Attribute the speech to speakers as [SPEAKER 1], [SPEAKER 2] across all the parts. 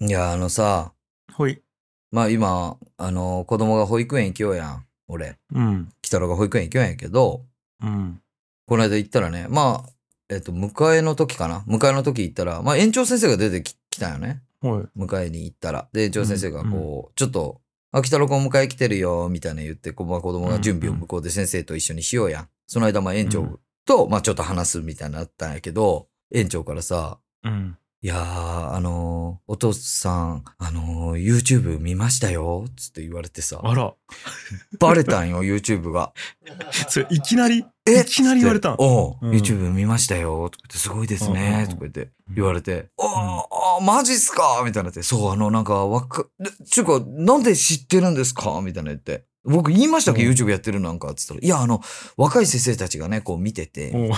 [SPEAKER 1] いや、あのさ、
[SPEAKER 2] ほい。
[SPEAKER 1] まあ今、あの、子供が保育園行きようやん。俺、
[SPEAKER 2] うん。
[SPEAKER 1] 鬼太郎が保育園行きようやんやけど、
[SPEAKER 2] うん。
[SPEAKER 1] この間行ったらね、まあ、えっと、迎えの時かな迎えの時行ったら、まあ園長先生が出てききたんよね。
[SPEAKER 2] ほい。
[SPEAKER 1] 迎えに行ったら。で、園長先生がこう、
[SPEAKER 2] うん
[SPEAKER 1] ちょっと、あ、鬼太郎くん迎え来てるよ、みたいな言って、こうまあ子供が準備を向こうで先生と一緒にしようやん。その間、まあ園
[SPEAKER 2] う
[SPEAKER 1] 長
[SPEAKER 2] ん
[SPEAKER 1] と、まあちょっと話すみたいになったんやけど、園長からさ、
[SPEAKER 2] うん。
[SPEAKER 1] いやー、あのーお父さん、あのー YouTube 見ましたよ、つって言われてさ、
[SPEAKER 2] あら。
[SPEAKER 1] バレたんよ、YouTube が。
[SPEAKER 2] それ、いきなり、
[SPEAKER 1] え
[SPEAKER 2] いきなり言われたん
[SPEAKER 1] つっておう、
[SPEAKER 2] うん
[SPEAKER 1] YouTube 見ましたよ、とか言って、すごいです
[SPEAKER 2] うんうんう
[SPEAKER 1] ね
[SPEAKER 2] ん、
[SPEAKER 1] とか言って言われて、あーあー、マジっすかみたいになって、そう、あの、なんか、わか、でちゅうか、なんで知ってるんですかみたいな言って。僕言いましたっけ、
[SPEAKER 2] うん
[SPEAKER 1] YouTube やってるなんか、つったら、いや、あの、若い先生たちがね、こう見てて、
[SPEAKER 2] お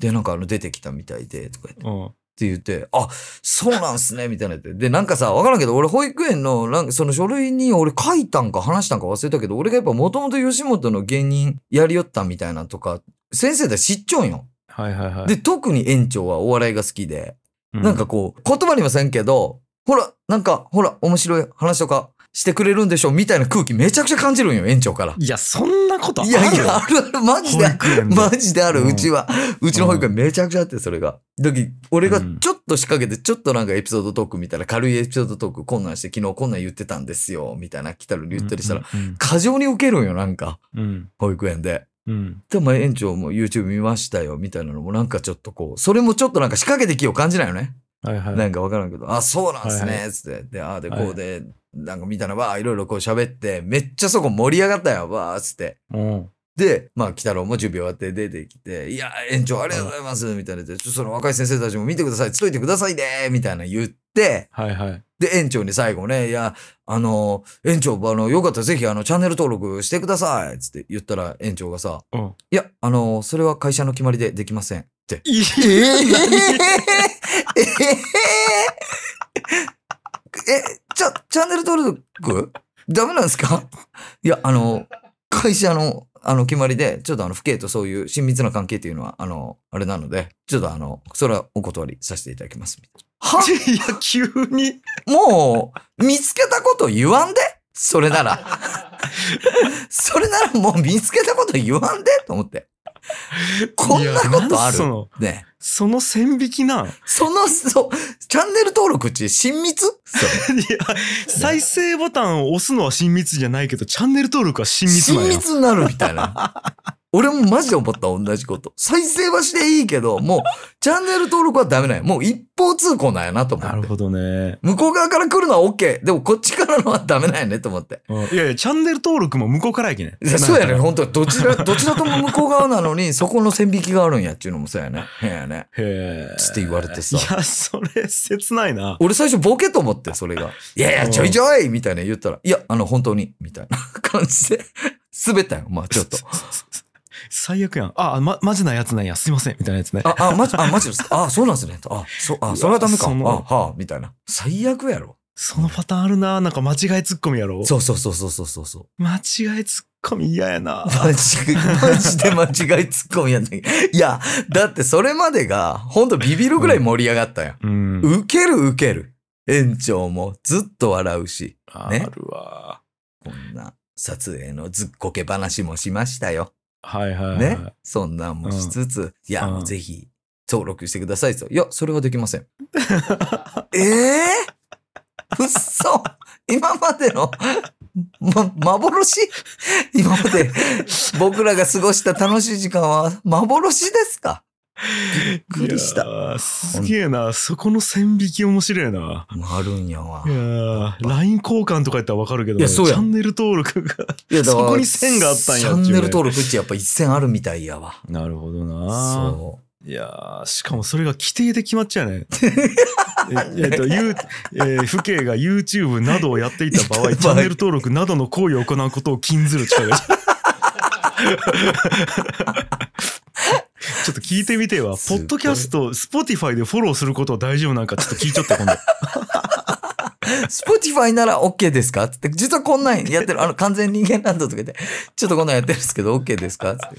[SPEAKER 1] で、なんかあの、出てきたみたいで、とか言って。
[SPEAKER 2] お
[SPEAKER 1] って言って、あ、そうなんすね、みたいなって。で、なんかさ、わからんけど、俺保育園の、なんかその書類に俺書いたんか話したんか忘れたけど、俺がやっぱもともと吉本の芸人やりよったみたいなとか、先生たち知っちょんよ。
[SPEAKER 2] はいはいはい。
[SPEAKER 1] で、特に園長はお笑いが好きで、
[SPEAKER 2] う、
[SPEAKER 1] なんかこう、言葉にませんけど、ほら、なんか、ほら、面白い話とかしてくれるんでしょ、みたいな空気めちゃくちゃ感じるんよ、園長から。
[SPEAKER 2] いや、そんなことあ
[SPEAKER 1] い
[SPEAKER 2] る
[SPEAKER 1] やい や、あるある、マジ
[SPEAKER 2] 保
[SPEAKER 1] で
[SPEAKER 2] 育園で。
[SPEAKER 1] マジである、
[SPEAKER 2] うん
[SPEAKER 1] うちは。うちの保育園めちゃくちゃあって、それが。だけど俺が
[SPEAKER 2] うん
[SPEAKER 1] ちょっと仕掛けて、ちょっとなんかエピソードトークみたいな、軽いエピソードトークこんなんして、昨日こんなん言ってたんですよ、みたいな、来たる言ったりしたら、
[SPEAKER 2] うん。
[SPEAKER 1] 過剰に受けるんよ、なんか、
[SPEAKER 2] うん。
[SPEAKER 1] 保育園で。
[SPEAKER 2] うん。
[SPEAKER 1] でも園長も YouTube 見ましたよ、みたいなのもなんかちょっとこう、それもちょっとなんか仕掛けて気を感じないよね。
[SPEAKER 2] はいはい。
[SPEAKER 1] なんかわからんけど、あ、そうなんす
[SPEAKER 2] はい
[SPEAKER 1] ね、つって。で、あーで、
[SPEAKER 2] はい
[SPEAKER 1] こうで、なんかみたいな、わあ、いろいろこう喋って、めっちゃそこ盛り上がったよ、わあ、つって。
[SPEAKER 2] うん。
[SPEAKER 1] で、まあ、鬼太郎も準備終わって出てきて、いや、園長ありがとうございます、みたいなで、ちょその若い先生たちも見てください、つといてくださいね、みたいな言って、
[SPEAKER 2] はいはい。
[SPEAKER 1] で、園長に最後ね、いや、あの、園長、あの、よかったらぜひ、あの、チャンネル登録してください、つって言ったら、園長がさ、
[SPEAKER 2] うん。
[SPEAKER 1] いや、あの、それは会社の決まりでできません、って。
[SPEAKER 2] い
[SPEAKER 1] えー、えー、えー、え、ちゃ、チャンネル登録ダメなんですかいや、あの、会社の、あの、決まりで、ちょっとあの、父兄とそういう親密な関係っていうのは、あの、あれなので、ちょっとあの、それはお断りさせていただきます。は
[SPEAKER 2] いや、 急に。
[SPEAKER 1] もう、見つけたこと言わんでそれな ら。それならもう見つけたこと言わんでと思って。こんなことあ
[SPEAKER 2] いやなん
[SPEAKER 1] る
[SPEAKER 2] その、
[SPEAKER 1] ね。
[SPEAKER 2] その線引き なん。い
[SPEAKER 1] その、そう、チャンネル登録っち親密そ
[SPEAKER 2] や、再生ボタンを押すのは親密じゃないけど、チャンネル登録は親
[SPEAKER 1] れ
[SPEAKER 2] 密なん
[SPEAKER 1] 親
[SPEAKER 2] や。
[SPEAKER 1] 密になるみたいな。俺もマジで思った同じこと。再生はしていいけど、もう、チャンネル登録はダメなんや。もう一方通行なんやなと思
[SPEAKER 2] な
[SPEAKER 1] っ
[SPEAKER 2] る
[SPEAKER 1] て
[SPEAKER 2] ほ。どね。
[SPEAKER 1] 向こう側から来るのは OK。でもこっちからのはダメなんやねと思って。
[SPEAKER 2] うんいやいや、チャンネル登録も向こうからやきね。
[SPEAKER 1] いやそうやね。本当どちら、 どちらとも向こう側なのに、そこの線引きがあるんやっていうのもそうやね。変やね。
[SPEAKER 2] へえ。
[SPEAKER 1] つって言われてさ
[SPEAKER 2] いや、それ、切ないな。
[SPEAKER 1] 俺最初ボケと思って、それが。いやいや、ちょいちょいみたいな言ったら、いや、あの、本当に、みたいな感じで、 滑ったよ。まあ、ちょっと。
[SPEAKER 2] 最悪やん。あ、ま、マジなやつなんや。すいません。みたいなやつね。
[SPEAKER 1] あ、あ、マジ、あ、マジですか。 あ、そうなんですね。あ、そう、あ、それはダメか。あ、
[SPEAKER 2] その
[SPEAKER 1] はあ、みたいな。最悪やろ。
[SPEAKER 2] そのパターンあるな。なんか間違いツッコミやろ。
[SPEAKER 1] そうそうそうそうそうそうそう。
[SPEAKER 2] 間違いツッコミ嫌やな。
[SPEAKER 1] マジ、マジで間違い突っ込みやんだけど。いや、だってそれまでが、ほんとビビるぐらい盛り上がったよ。
[SPEAKER 2] うん。
[SPEAKER 1] ウケるウケる。園長もずっと笑うし、
[SPEAKER 2] あ
[SPEAKER 1] ね
[SPEAKER 2] るわ。
[SPEAKER 1] こんな撮影のずっこけ話もしましたよ。
[SPEAKER 2] はいはいはい。
[SPEAKER 1] ね。そんなんもしつつ、いや、
[SPEAKER 2] うん
[SPEAKER 1] もうぜひ登録してくださいと。いや、それはできま せん。ええー、うっそ今までの、ま、幻今まで僕らが過ごした楽しい時間は幻ですかびっくりした。
[SPEAKER 2] いやーすげえな。そこの線引き面白いな。
[SPEAKER 1] あるんやわ
[SPEAKER 2] い。やー LINE 交換とかやったらわかるけど、
[SPEAKER 1] いやそうやん
[SPEAKER 2] チャンネル登録が。
[SPEAKER 1] いやだから
[SPEAKER 2] そこに線があったんや
[SPEAKER 1] チャンネル登録ってやっぱ一線あるみたいやわ。
[SPEAKER 2] なるほどな。
[SPEAKER 1] そ
[SPEAKER 2] いやーしかもそれが規定で決まっちゃう ね。ええっと、ゆうえー父兄が YouTube などをやっていた場 合、
[SPEAKER 1] やばい
[SPEAKER 2] チャンネル登録などの行為を行うことを禁ずる力が。ちょ っと聞いてみては、ポ
[SPEAKER 1] すごい
[SPEAKER 2] ッドキャスト、Spotify でフォローすることは大丈夫なんかちょっと聞いちゃった、今度。
[SPEAKER 1] Spotify なら OK ですかつって、実はこんなんやってる。あの、完全人間ランドとかで、ちょっとこんなんやってるんですけど、OK ですかつって。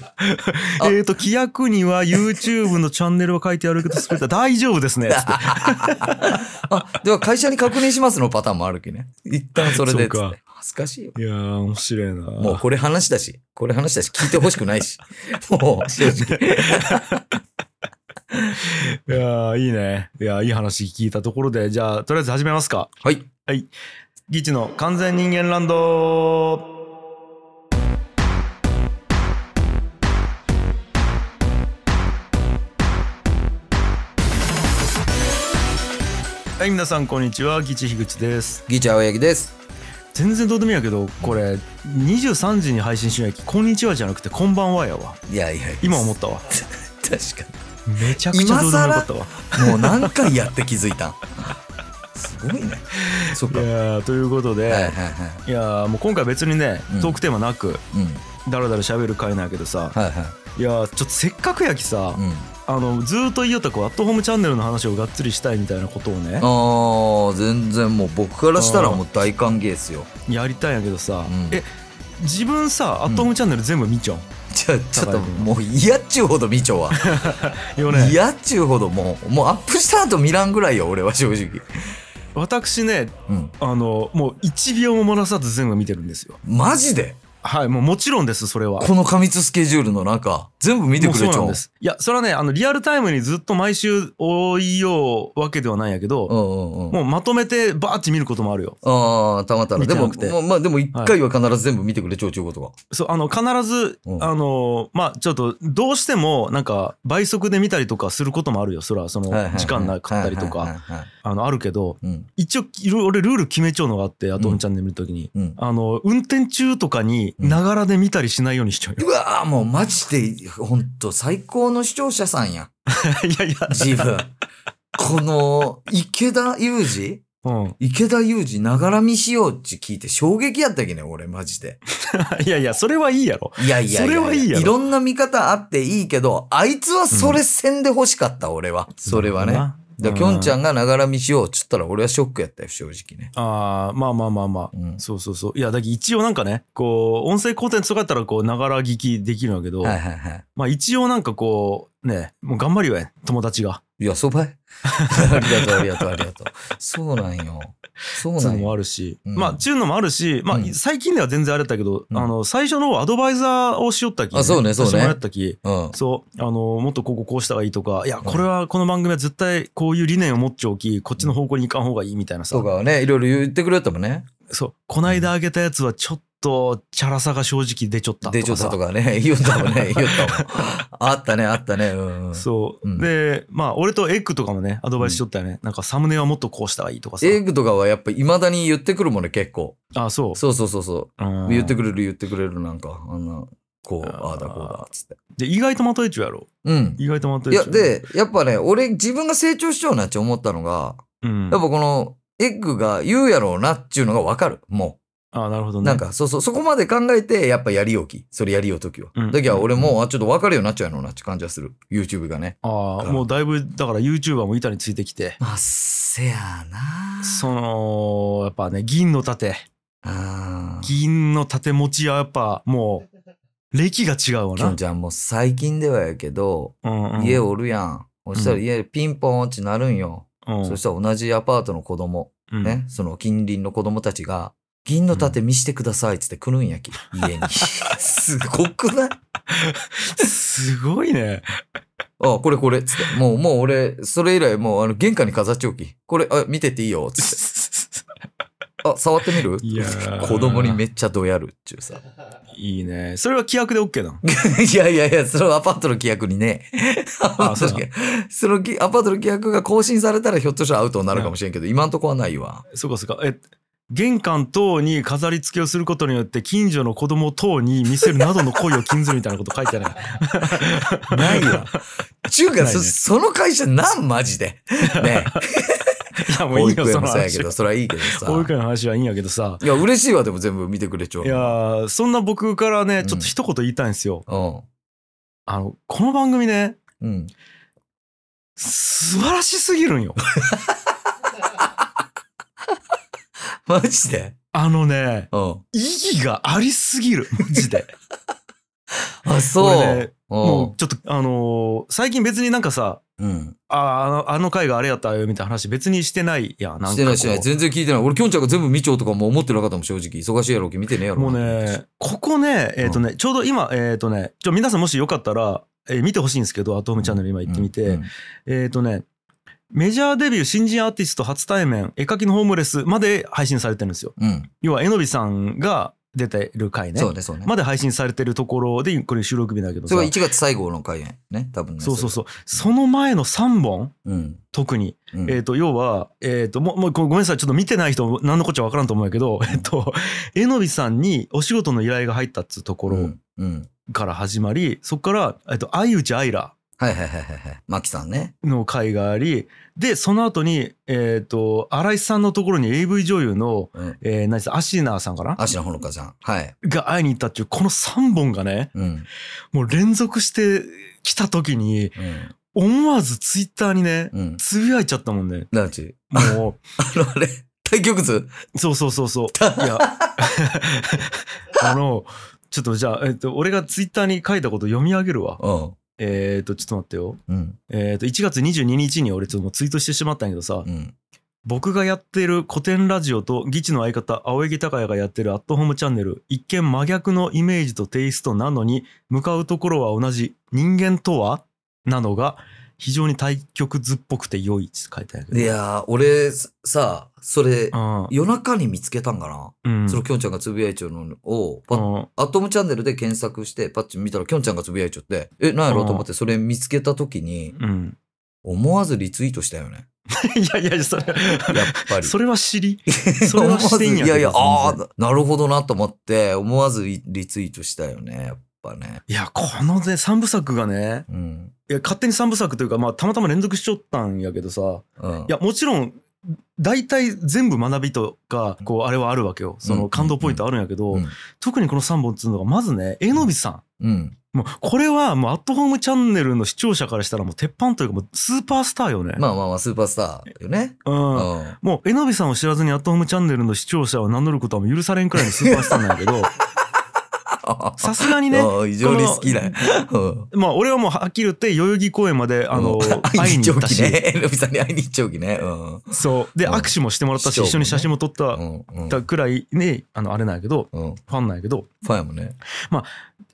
[SPEAKER 1] あ
[SPEAKER 2] えっと、規約には YouTube のチャンネルは書いてあるけど、スペースは大丈夫です ね。つって
[SPEAKER 1] あ、では会社に確認しますのパターンもあるけどね。一旦それでつ
[SPEAKER 2] そう
[SPEAKER 1] っ
[SPEAKER 2] か
[SPEAKER 1] て。恥ずかしいよ。
[SPEAKER 2] いやー、面白いな。
[SPEAKER 1] もうこれ話だし、これ話だし、聞いてほしくないし。もう、正直。
[SPEAKER 2] いやー、いいね。いやー、いい話聞いたところで、じゃあ、とりあえず始めますか。
[SPEAKER 1] はい。
[SPEAKER 2] ギチの完全人間ランド。はい、皆さん、こんにちは。ギチ樋口です。
[SPEAKER 1] ギーチャー青柳です。
[SPEAKER 2] 全然どうでもいいんやけど、これ、23時に配信しないき、こんにちはじゃなくて、こんばんはやわ。
[SPEAKER 1] いやいや、
[SPEAKER 2] 今思ったわ。
[SPEAKER 1] 確か
[SPEAKER 2] めちゃくちゃどうでもよかったわ。
[SPEAKER 1] に。もう何回やって気づいたんすごいね。そっ
[SPEAKER 2] い
[SPEAKER 1] か。はい
[SPEAKER 2] やーということで、
[SPEAKER 1] はい
[SPEAKER 2] い、
[SPEAKER 1] は
[SPEAKER 2] やーもう今回別にね、
[SPEAKER 1] うん
[SPEAKER 2] トークテーマなく、
[SPEAKER 1] い。うん。
[SPEAKER 2] だらだら喋る回なんやけどさ、、
[SPEAKER 1] はいはい
[SPEAKER 2] やーちょっとせっかくやきさ、
[SPEAKER 1] い。うん。
[SPEAKER 2] あのずーっと言いよったこうアットホームチャンネルの話をがっつりしたいみたいなことをね
[SPEAKER 1] ああ、全然もう僕からしたらもう大歓迎ですよ。
[SPEAKER 2] やりたいんやけどさ、
[SPEAKER 1] うん
[SPEAKER 2] え自分さアットホームチャンネル全部見ちゃう、
[SPEAKER 1] ちょ、ちょっともう嫌っちゅうほど見ちょうわ。
[SPEAKER 2] ん、よね
[SPEAKER 1] 嫌っちゅうほどもう、もうアップした後見らんぐらいよ、俺は正直。
[SPEAKER 2] 私ね
[SPEAKER 1] うん。
[SPEAKER 2] あのもう1秒も漏らさず全部見てるんですよ
[SPEAKER 1] マジで
[SPEAKER 2] はいもうもちろんですそれは
[SPEAKER 1] この過密スケジュールの中、全部見てくれち
[SPEAKER 2] もう
[SPEAKER 1] ゃ
[SPEAKER 2] そう
[SPEAKER 1] うん
[SPEAKER 2] な
[SPEAKER 1] ん
[SPEAKER 2] で。すいやそれはねあのリアルタイムにずっと毎週追いようわけではないんやけど、
[SPEAKER 1] うんうんうん。
[SPEAKER 2] もうまとめてバーッて見ることもあるよ
[SPEAKER 1] ああ、たまたま。
[SPEAKER 2] 見
[SPEAKER 1] で
[SPEAKER 2] てな
[SPEAKER 1] も、
[SPEAKER 2] くて
[SPEAKER 1] まあまあでも一回は必ず全部見てくれちゃうちゅうことは。
[SPEAKER 2] そうあの必ず、
[SPEAKER 1] うん
[SPEAKER 2] あのまあちょっとどうしてもなんか倍速で見たりとかすることもあるよそれはその
[SPEAKER 1] はいはいはい
[SPEAKER 2] 時間なかったりと
[SPEAKER 1] はいは
[SPEAKER 2] か
[SPEAKER 1] いはいはい
[SPEAKER 2] あのあるけど
[SPEAKER 1] うん
[SPEAKER 2] 一応いろ俺ルール決めちゃうのがあってアトムチャンネル見るときに、
[SPEAKER 1] うん
[SPEAKER 2] あの運転中とかに
[SPEAKER 1] うん
[SPEAKER 2] ながらで見たりしないようにしちゃ うよ、
[SPEAKER 1] うわーもうマジで、ほんと最高の視聴者さんや。
[SPEAKER 2] いやいや、
[SPEAKER 1] 自分。この、池田裕二
[SPEAKER 2] うん、
[SPEAKER 1] 池田裕二ながら見しようって聞いて衝撃やったけね、俺マジで。
[SPEAKER 2] いやいやそれはいいやろ
[SPEAKER 1] いやいやいや
[SPEAKER 2] それはいいやろ
[SPEAKER 1] ろんな見方あっていいけど、あいつはそれせんで欲しかった、俺は。それはね。
[SPEAKER 2] な
[SPEAKER 1] だきょんちゃ
[SPEAKER 2] うん
[SPEAKER 1] がながら見しようっつったら俺はショックやったよ、正直ね。
[SPEAKER 2] あーまあまあまあまあ、
[SPEAKER 1] うん。
[SPEAKER 2] そうそうそういやだけど一応なんかねこう音声コンテンツとかやったらこうながら聞きできるんだけど、
[SPEAKER 1] はいはいはい。
[SPEAKER 2] まあ一応なんかこうねもう頑張るよね友達が
[SPEAKER 1] いや、そば い。ありがとう、ありがとう、ありがとう。そうなんよ。そう
[SPEAKER 2] つう
[SPEAKER 1] な
[SPEAKER 2] の
[SPEAKER 1] ん
[SPEAKER 2] も
[SPEAKER 1] よ。
[SPEAKER 2] あるし、
[SPEAKER 1] うん
[SPEAKER 2] まあちゅうのもあるし、まあ
[SPEAKER 1] うん
[SPEAKER 2] 最近では全然あれだけど、
[SPEAKER 1] うん
[SPEAKER 2] あの最初の方アドバイザーをしよったき、
[SPEAKER 1] あそうねそうね
[SPEAKER 2] してもらったき
[SPEAKER 1] うん。
[SPEAKER 2] そうあのもっとこここうした方がいいとかいや
[SPEAKER 1] ん
[SPEAKER 2] これはこの番組は絶対こういう理念を持っておきこっちの方向に行かん方がいいみたいなさ、
[SPEAKER 1] とかはね、いろいろ言ってくれたもんね。
[SPEAKER 2] そうこないだあげたやつはちょっとチャラさが正直出ちょったとかさ
[SPEAKER 1] 出ちょったとかね、 言ったもん ね、言ったもん。あったね、あったね。うんうん。
[SPEAKER 2] そう、
[SPEAKER 1] うん
[SPEAKER 2] でまあ俺とエッグとかもねアドバイスしとったよね、なんかサムネはもっとこうした方がいいとかさ
[SPEAKER 1] エッグとかはやっぱ未だに言ってくるもんね、結構。
[SPEAKER 2] あそう
[SPEAKER 1] そうそうそうそう。
[SPEAKER 2] うん
[SPEAKER 1] 言ってくれる言ってくれるなんかあんなこう
[SPEAKER 2] あー
[SPEAKER 1] ああだこうだっつって
[SPEAKER 2] で意外とまとえちゅうやろ
[SPEAKER 1] うん
[SPEAKER 2] 意外とまとえ
[SPEAKER 1] い
[SPEAKER 2] ちゅう
[SPEAKER 1] や
[SPEAKER 2] ろ、
[SPEAKER 1] でやっぱね俺自分が成長しようなって思ったのが
[SPEAKER 2] うん、
[SPEAKER 1] やっぱこのエッグが言うやろうなっちゅうのが分かるも
[SPEAKER 2] あなるほど
[SPEAKER 1] う
[SPEAKER 2] ね
[SPEAKER 1] なんかそうそうそこまで考えてやっぱやりようきそれやりようときは
[SPEAKER 2] うん
[SPEAKER 1] だけど俺もうあちょっと分かるようになっちゃうのなって感じはする YouTube がね
[SPEAKER 2] ああ
[SPEAKER 1] から
[SPEAKER 2] もうだいぶだから YouTuber も板についてきて
[SPEAKER 1] まあせやな
[SPEAKER 2] そのやっぱね銀の盾
[SPEAKER 1] あー
[SPEAKER 2] 銀の盾持ちはやっぱもう歴が違うわ
[SPEAKER 1] きょ、
[SPEAKER 2] なん
[SPEAKER 1] ちゃんもう最近ではやけど
[SPEAKER 2] うんうん、
[SPEAKER 1] 家おるやんそしたら家ピンポンってなるんよ
[SPEAKER 2] うん、
[SPEAKER 1] そしたら同じアパートの子供
[SPEAKER 2] うん
[SPEAKER 1] ね、その近隣の子供たちが、銀の盾見してくださいっつって来るんやき、家 に。すごくない
[SPEAKER 2] すごいね
[SPEAKER 1] あ、これこれっつって。もう、もう俺、それ以来もう、あの、玄関に飾っちゃおき。これ、あ、見てていいよっつって。あ、触ってみる
[SPEAKER 2] いやー
[SPEAKER 1] 子供にめっちゃどやるっちゅうさ。
[SPEAKER 2] いいねそれは規約で OK なの
[SPEAKER 1] いやいやいや、そのアパートの規約にね。
[SPEAKER 2] あそうなの
[SPEAKER 1] そのきアパートの規約が更新されたらひょっとしたらアウトになるかもしれんけど、今んとこはないわ。
[SPEAKER 2] そうかそうかえ玄関等に飾り付けをすることによって近所の子供等に見せるなどの恋を禁ずるみたいなこと書いてない
[SPEAKER 1] ないわ。 ちゅうか、
[SPEAKER 2] ないね
[SPEAKER 1] そその会社なんマジで。ね
[SPEAKER 2] いやも
[SPEAKER 1] 保
[SPEAKER 2] ういいよ
[SPEAKER 1] 育園
[SPEAKER 2] そ
[SPEAKER 1] も
[SPEAKER 2] の
[SPEAKER 1] そうやけ
[SPEAKER 2] 話
[SPEAKER 1] ど、それはいいけどさ。
[SPEAKER 2] 保育園の話はいいんやけどさ
[SPEAKER 1] いや、嬉しいわ、でも全部見てくれちゃう。
[SPEAKER 2] いやーそんな僕からね
[SPEAKER 1] ん
[SPEAKER 2] ちょっと一言言いたいんですよ、
[SPEAKER 1] うん。
[SPEAKER 2] あのこの番組ね
[SPEAKER 1] うん。
[SPEAKER 2] 素晴らしすぎるんよ
[SPEAKER 1] マジで
[SPEAKER 2] あのね、
[SPEAKER 1] うん。
[SPEAKER 2] 意義がありすぎる。マジで。
[SPEAKER 1] あ、 そう。
[SPEAKER 2] 俺ねも
[SPEAKER 1] う
[SPEAKER 2] うちょっと、あのー最近別になんかさ、
[SPEAKER 1] ん。うん。
[SPEAKER 2] あーあの、あの回があれやったよ、みたいな話別にしてないやん。な
[SPEAKER 1] し
[SPEAKER 2] んかこう
[SPEAKER 1] てないしてない。全然聞いてない。俺、きょんちゃんが全部見ちゃうとかも思ってなかったもん、正直。忙しいやろ、見てねえやろ。
[SPEAKER 2] もうね、ここね、えっ、とね、ちょうど今、えっ、とね、ちょ、皆さんもしよかったら、えー見てほしいんですけど、アットホームチャンネル今行ってみて、
[SPEAKER 1] うん
[SPEAKER 2] えっ、とね、メジャーデビュー新人アーティスト初対面、絵描きのホームレスまで配信されてるんですよ。
[SPEAKER 1] うん。うん
[SPEAKER 2] 要は、えのびさんが出てる回ね。
[SPEAKER 1] そうね、そうね。
[SPEAKER 2] まで配信されてるところで、これ収録日だけど
[SPEAKER 1] そ
[SPEAKER 2] さ。
[SPEAKER 1] れが1月最後の回やんね、多分ね。
[SPEAKER 2] そうそうそう。その前の3本、
[SPEAKER 1] う。うん。
[SPEAKER 2] 特に。
[SPEAKER 1] うん
[SPEAKER 2] えっ、と、要は、えっ、と、もう、もう、ごめんなさい。ちょっと見てない人、何のこっちゃわからんと思うんやけど、 えっと、えのびさんにお仕事の依頼が入ったっつうとこ
[SPEAKER 1] う
[SPEAKER 2] ろ
[SPEAKER 1] んうん。
[SPEAKER 2] から始まり、そこから、えっと、相内愛ら
[SPEAKER 1] はいはいはいはいはい。マキさんね。
[SPEAKER 2] の会があり、で、その後に、えっ、と、荒井さんのところに AV 女優の、
[SPEAKER 1] うん。
[SPEAKER 2] えー、何ですアシナーさんかな
[SPEAKER 1] 芦名ほのかちゃん。はい。
[SPEAKER 2] が会いに行ったっていう、この3本がね、
[SPEAKER 1] うん。
[SPEAKER 2] もう連続して来た時に、
[SPEAKER 1] うん。
[SPEAKER 2] 思わずツイッターにね、
[SPEAKER 1] うん。
[SPEAKER 2] つぶやいちゃったもんね。
[SPEAKER 1] なんち。
[SPEAKER 2] も
[SPEAKER 1] あの、あれ、対局図
[SPEAKER 2] う、そうそうそうそう。いや、 あの、ちょっとじゃあ、えっ、と、俺がツイッターに書いたこと読み上げるわ。
[SPEAKER 1] うん。
[SPEAKER 2] えっ、と、ちょっと待ってよ。
[SPEAKER 1] うん。
[SPEAKER 2] えっ、と、1月22日に俺ちょっともうツイートしてしまったんやけどさ、
[SPEAKER 1] うん。
[SPEAKER 2] 僕がやってる古典ラジオと義地の相方青柳高也がやってるアットホームチャンネル一見真逆のイメージとテイストなのに向かうところは同じ人間とはなのが非常に対極図っぽくて良いって書いてあるけど
[SPEAKER 1] いやー、俺、さ、それ、
[SPEAKER 2] あ
[SPEAKER 1] 夜中に見つけたんかな、
[SPEAKER 2] ーうん
[SPEAKER 1] そのきょんちゃんがつぶやいちゃうのを、パッ
[SPEAKER 2] あ
[SPEAKER 1] アトムチャンネルで検索して、パッチ見たら、きょんちゃんがつぶやいちゃって、え、なんやろと思って、それ見つけた時に、
[SPEAKER 2] ーうん
[SPEAKER 1] 思わずリツイートしたよね。
[SPEAKER 2] いやいやそれ
[SPEAKER 1] やっぱり。
[SPEAKER 2] それは知りそれはしてんやけど
[SPEAKER 1] いやいや、
[SPEAKER 2] 全然
[SPEAKER 1] ああ、なるほどなと思って、思わずリリツイートしたよね、やっぱね。
[SPEAKER 2] いやこのね三部作がね
[SPEAKER 1] うん。
[SPEAKER 2] いや勝手に三部作というかまあたまたま連続しちゃったんやけどさ
[SPEAKER 1] うん
[SPEAKER 2] い、やもちろん大体全部学びとかこうあれはあるわけよその感動ポイントあるんやけど、
[SPEAKER 1] うん
[SPEAKER 2] 特にこの3本っつうのがまずねえのびさん
[SPEAKER 1] うん。
[SPEAKER 2] もうこれはもうアットホームチャンネルの視聴者からしたらもう鉄板というかもうスーパースターよね、
[SPEAKER 1] まあまあまあ、スーパースターよね。う
[SPEAKER 2] うん
[SPEAKER 1] ん。
[SPEAKER 2] もうえのびさんを知らずにアットホームチャンネルの視聴者を名乗ることはもう許されんくらいのスーパースターなんや けどさすがにね
[SPEAKER 1] うん非常に好きだよ。うん
[SPEAKER 2] まあ俺はもうはっきり言って代々木公園まであの
[SPEAKER 1] うん
[SPEAKER 2] 会いに 行ったし、
[SPEAKER 1] 会いに行っちゃう気ね。エルビさんに会いに行っちゃう気ね。うん
[SPEAKER 2] そうで
[SPEAKER 1] うん
[SPEAKER 2] 握手もしてもらったし
[SPEAKER 1] 市長もね
[SPEAKER 2] 一緒に写真も撮っ
[SPEAKER 1] う
[SPEAKER 2] た
[SPEAKER 1] ん。うん
[SPEAKER 2] くらいねあのあれなんやけど
[SPEAKER 1] うん。フ
[SPEAKER 2] ファンなんやけど
[SPEAKER 1] ァンやもんね。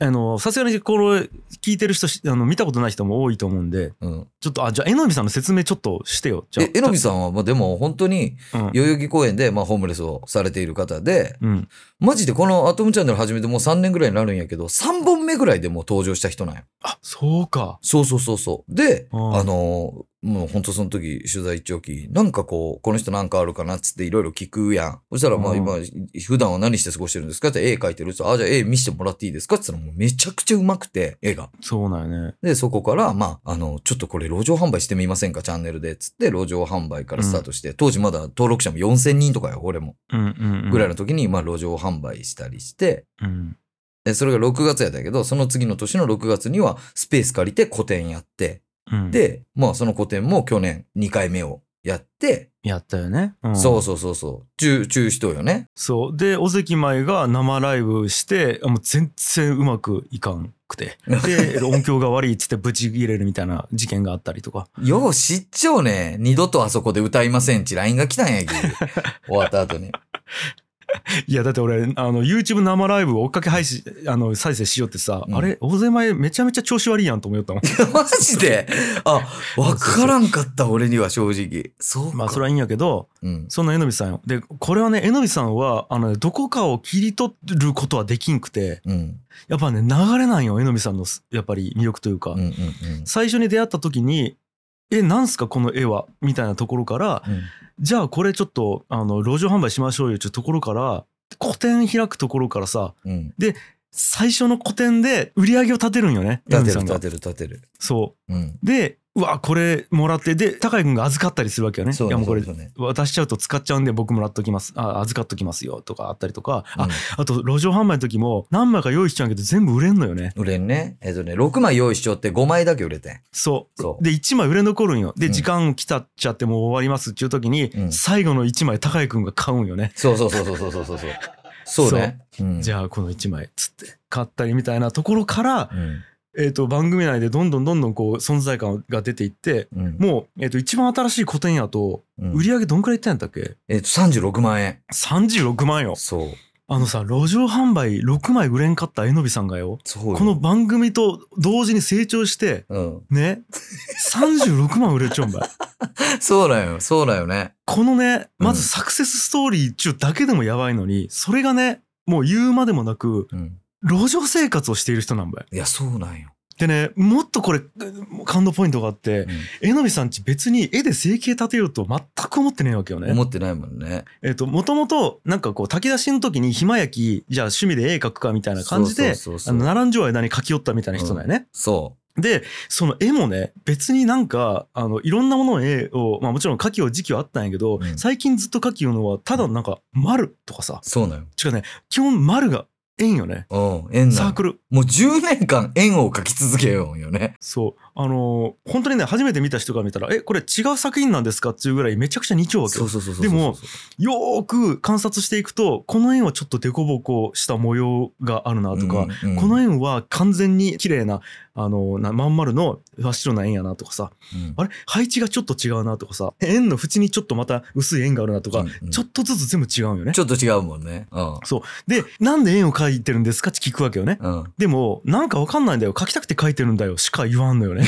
[SPEAKER 2] あのさすがにこれ聞いてる人しあの見たことない人も多いと思うんで
[SPEAKER 1] うん。
[SPEAKER 2] ちょっとあじゃあえのびさんの説明ちょっとしてよじゃあ
[SPEAKER 1] え、えのびさんは、まあでも本当に、
[SPEAKER 2] うん
[SPEAKER 1] 代々木公園で、まあホームレスをされている方で、
[SPEAKER 2] うん、
[SPEAKER 1] マジでこのアトムチャンネル始めてもう3年ぐらいになるんやけど、3本目ぐらいでもう登場した人なんよ。
[SPEAKER 2] あそうか
[SPEAKER 1] そうそうそうそう。で、
[SPEAKER 2] うん
[SPEAKER 1] あのーもう本当その時取材一応き、なんかこう、この人なんかあるかなっつっていろいろ聞くやん。そしたらまあ
[SPEAKER 2] うん
[SPEAKER 1] 今、普段は何して過ごしてるんですかって絵描いてるっつったらあ、じゃあ絵見せてもらっていいですかって言ったらもうめちゃくちゃうまくて、絵が。
[SPEAKER 2] そうなんよね
[SPEAKER 1] で、そこから、まあ、あの、ちょっとこれ路上販売してみませんか、チャンネルで、つって、路上販売からスタートして、当時まだ登録者も4000人とかよ、俺も。
[SPEAKER 2] うんうん、うん、
[SPEAKER 1] ぐらいの時に、まあ、路上販売したりして、
[SPEAKER 2] うん
[SPEAKER 1] でそれが6月やったけど、その次の年の6月には、スペース借りて個展やって、
[SPEAKER 2] うん、
[SPEAKER 1] で、まあ、その個展も去年2回目をやって、
[SPEAKER 2] やったよね、うん、
[SPEAKER 1] そうそうそうそう、中、中止とよね。
[SPEAKER 2] そうで尾関舞が生ライブしてあもう全然うまくいかんくて で音響が悪いっつってブチ切れるみたいな事件があったりとか
[SPEAKER 1] よう知っちゃうね。二度とあそこで歌いませんち、LINE が来たんやけ ど、終わった後に。
[SPEAKER 2] いやだって俺あの YouTube 生ライブを追っかけ配信あの再生しようってさ、
[SPEAKER 1] うん
[SPEAKER 2] あれ大勢前めちゃめちゃ調子悪いやんと思ったもん
[SPEAKER 1] マジであ、わからんかった、俺には正直。そうか。
[SPEAKER 2] まあそれはいいんやけど
[SPEAKER 1] うん。
[SPEAKER 2] そんなえのびさんよでこれはねえのびさんはあの、ね、どこかを切り取ることはできんくて
[SPEAKER 1] うん。
[SPEAKER 2] やっぱね流れなんよえのびさんのやっぱり魅力というか、
[SPEAKER 1] うん。うん。
[SPEAKER 2] 最初に出会った時に「えなんすかこの絵は」みたいなところから
[SPEAKER 1] うん。
[SPEAKER 2] 「じゃあこれちょっとあの路上販売しましょうよ」っていうところから個展開くところからさ
[SPEAKER 1] うん。
[SPEAKER 2] 最初の個展で売り上げを立てるんよね。
[SPEAKER 1] 立て
[SPEAKER 2] ヨ
[SPEAKER 1] る
[SPEAKER 2] ミさんが
[SPEAKER 1] 立てる立てる。
[SPEAKER 2] そ
[SPEAKER 1] うん。
[SPEAKER 2] うでうわこれもらってで高井君が預かったりするわけよね
[SPEAKER 1] そう
[SPEAKER 2] いやもうこれ
[SPEAKER 1] そうね。
[SPEAKER 2] 渡しちゃうと使っちゃうんで僕もらっときますあ預かっときますよとかあったりとか、
[SPEAKER 1] あ
[SPEAKER 2] あ、あと路上販売の時も何枚か用意しちゃうけど全部売れんのよね
[SPEAKER 1] 売れんね。えっとね、6枚用意しちゃって5枚だけ売れてん。
[SPEAKER 2] そう
[SPEAKER 1] そう
[SPEAKER 2] で1枚売れ残るんよで、
[SPEAKER 1] うん
[SPEAKER 2] 時間来たっちゃってもう終わりますっていう時に、
[SPEAKER 1] うん
[SPEAKER 2] 最後の1枚高井君が買うんよね、
[SPEAKER 1] そうそうそうそうそうそうそうそう。そうね。うん
[SPEAKER 2] じゃあこの1枚っつって買ったりみたいなところから、
[SPEAKER 1] うん
[SPEAKER 2] えー、と番組内でどんどんどんどんこう存在感が出ていって
[SPEAKER 1] うん
[SPEAKER 2] もう、えー、と一番新しい個展やと
[SPEAKER 1] うん
[SPEAKER 2] 売り上げどんくらいいったんやったっけ
[SPEAKER 1] えっと、36万円。
[SPEAKER 2] 36万よ
[SPEAKER 1] そう。
[SPEAKER 2] あのさ路上販売6枚売れんかったえのびさんがよ
[SPEAKER 1] そうよ
[SPEAKER 2] この、番組と同時に成長して
[SPEAKER 1] うん。
[SPEAKER 2] ね36万売れちゃうんばい
[SPEAKER 1] そうだよ。そうだよね。
[SPEAKER 2] このね
[SPEAKER 1] うん
[SPEAKER 2] まずサクセスストーリー中だけでもやばいのにそれがねもう言うまでもなく
[SPEAKER 1] うん。
[SPEAKER 2] 路上生活をしている人なんばい
[SPEAKER 1] いや、そうなんよ。
[SPEAKER 2] でねもっとこれ感動ポイントがあって
[SPEAKER 1] うん
[SPEAKER 2] えのびさんち別に絵で生計立てようと全く思ってないわけよね
[SPEAKER 1] 思ってないもんね。
[SPEAKER 2] えっと、もともと、なんかこう、炊き出しの時に、ひまやき、じゃあ趣味で絵描くか、みたいな感じで、
[SPEAKER 1] そうそうそ
[SPEAKER 2] あ
[SPEAKER 1] う
[SPEAKER 2] の、
[SPEAKER 1] そう
[SPEAKER 2] 並んじょう間に描き寄ったみたいな人だよね。
[SPEAKER 1] そ
[SPEAKER 2] で、その絵もね、別になんか、あの、いろんなものの絵を、まあもちろん描きよう時期はあったんやけど、
[SPEAKER 1] うん
[SPEAKER 2] 最近ずっと描きようのは、ただなんか、丸とかさ、
[SPEAKER 1] う。そうなん
[SPEAKER 2] 違うね、基本丸が円よね。
[SPEAKER 1] よ。うん。円な
[SPEAKER 2] サ
[SPEAKER 1] ん
[SPEAKER 2] ー
[SPEAKER 1] よ
[SPEAKER 2] クル。
[SPEAKER 1] もう10年間円を描き続けようよね。
[SPEAKER 2] そう。あのー本当にね、初めて見た人が見たら、え、これ違う作品なんですかっていうぐらいめちゃくちゃ2丁わけ
[SPEAKER 1] そ
[SPEAKER 2] よ
[SPEAKER 1] う。そうそうそう。
[SPEAKER 2] でも、よーく観察していくとこの円はちょっと凸凹した模様があるなとか、
[SPEAKER 1] うんうん
[SPEAKER 2] この円は完全に綺麗なあのなまん丸の真っ白な円やなとかさ
[SPEAKER 1] うん
[SPEAKER 2] あれ配置がちょっと違うなとかさ円の縁にちょっとまた薄い円があるなとか、
[SPEAKER 1] うんうん
[SPEAKER 2] ちょっとずつ全部違うんよね
[SPEAKER 1] ち。ょっと違うもんね。うん。
[SPEAKER 2] でなんで円を描いてるんですかって聞くわけよね。
[SPEAKER 1] うん。
[SPEAKER 2] でもなんかわかんないんだよ描きたくて描いてるんだよしか言わんのよね。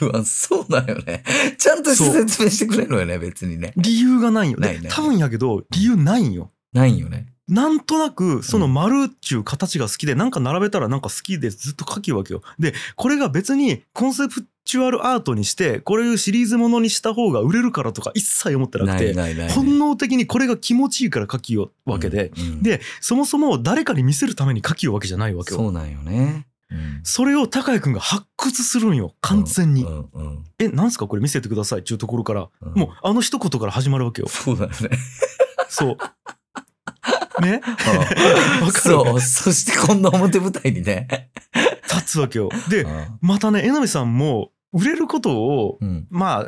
[SPEAKER 1] 言わん、そうだよね。ちゃんとして
[SPEAKER 2] そう
[SPEAKER 1] 説明してくれるのよね、別にね。
[SPEAKER 2] 理由がないんよ。
[SPEAKER 1] な
[SPEAKER 2] で
[SPEAKER 1] いない
[SPEAKER 2] 多分やけど理由ないんよ。
[SPEAKER 1] ないんよね。
[SPEAKER 2] なんとなくその丸っちゅう形が好きで、なんか並べたらなんか好きでずっと描きわけよ。でこれが別にコンセプチュアルアートにしてこれいうシリーズものにした方が売れるからとか一切思ってなく
[SPEAKER 1] ない
[SPEAKER 2] て
[SPEAKER 1] ないない。
[SPEAKER 2] 本能的にこれが気持ちいいから描きよわけで、
[SPEAKER 1] うん、うん
[SPEAKER 2] でそもそも誰かに見せるために描きよわけじゃないわけよ。
[SPEAKER 1] そうなんよね。うん
[SPEAKER 2] それを高井くんが発掘するんよ完全に。
[SPEAKER 1] うんうん
[SPEAKER 2] えなんすかこれ見せてくださいっちゅうところから
[SPEAKER 1] うん。
[SPEAKER 2] もうあの一言から始まるわけ よ
[SPEAKER 1] そうだよね。
[SPEAKER 2] そう。ね
[SPEAKER 1] うん
[SPEAKER 2] わかる
[SPEAKER 1] そう。そしてこんな表舞台にね。
[SPEAKER 2] 立つわけよ。で
[SPEAKER 1] うん
[SPEAKER 2] またね、江波さんも、売れることを、
[SPEAKER 1] うん
[SPEAKER 2] まあ、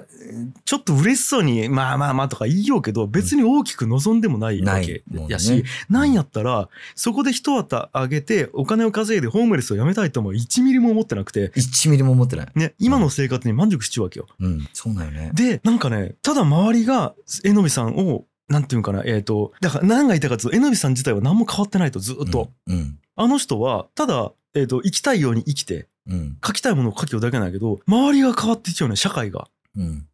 [SPEAKER 2] ちょっと嬉しそうに、まあまあまあとか言いようけど、別に大きく望んでもないわ
[SPEAKER 1] な
[SPEAKER 2] け
[SPEAKER 1] いもんね
[SPEAKER 2] やし、なんやったら、そこで一旗あげて、お金を稼いでホームレスを辞めたいとも1ミリも思ってなくて、
[SPEAKER 1] 1ミリも持ってない。
[SPEAKER 2] ね、今の生活に満足しちゃうわけよ。
[SPEAKER 1] うん。そうなんよね。
[SPEAKER 2] で、なんかね、ただ周りが、江波さんを、なんていうんかな、えっ、と、だから何が言いたいかというと、江波さん自体は何も変わってないと、ずっと。
[SPEAKER 1] うん。
[SPEAKER 2] あの人は、ただ、えっ、と、生きたいように生きて、
[SPEAKER 1] うん。
[SPEAKER 2] 書きたいものを書きようだけなんやけど周りが変わっていっちゃうね社会が
[SPEAKER 1] うんうん。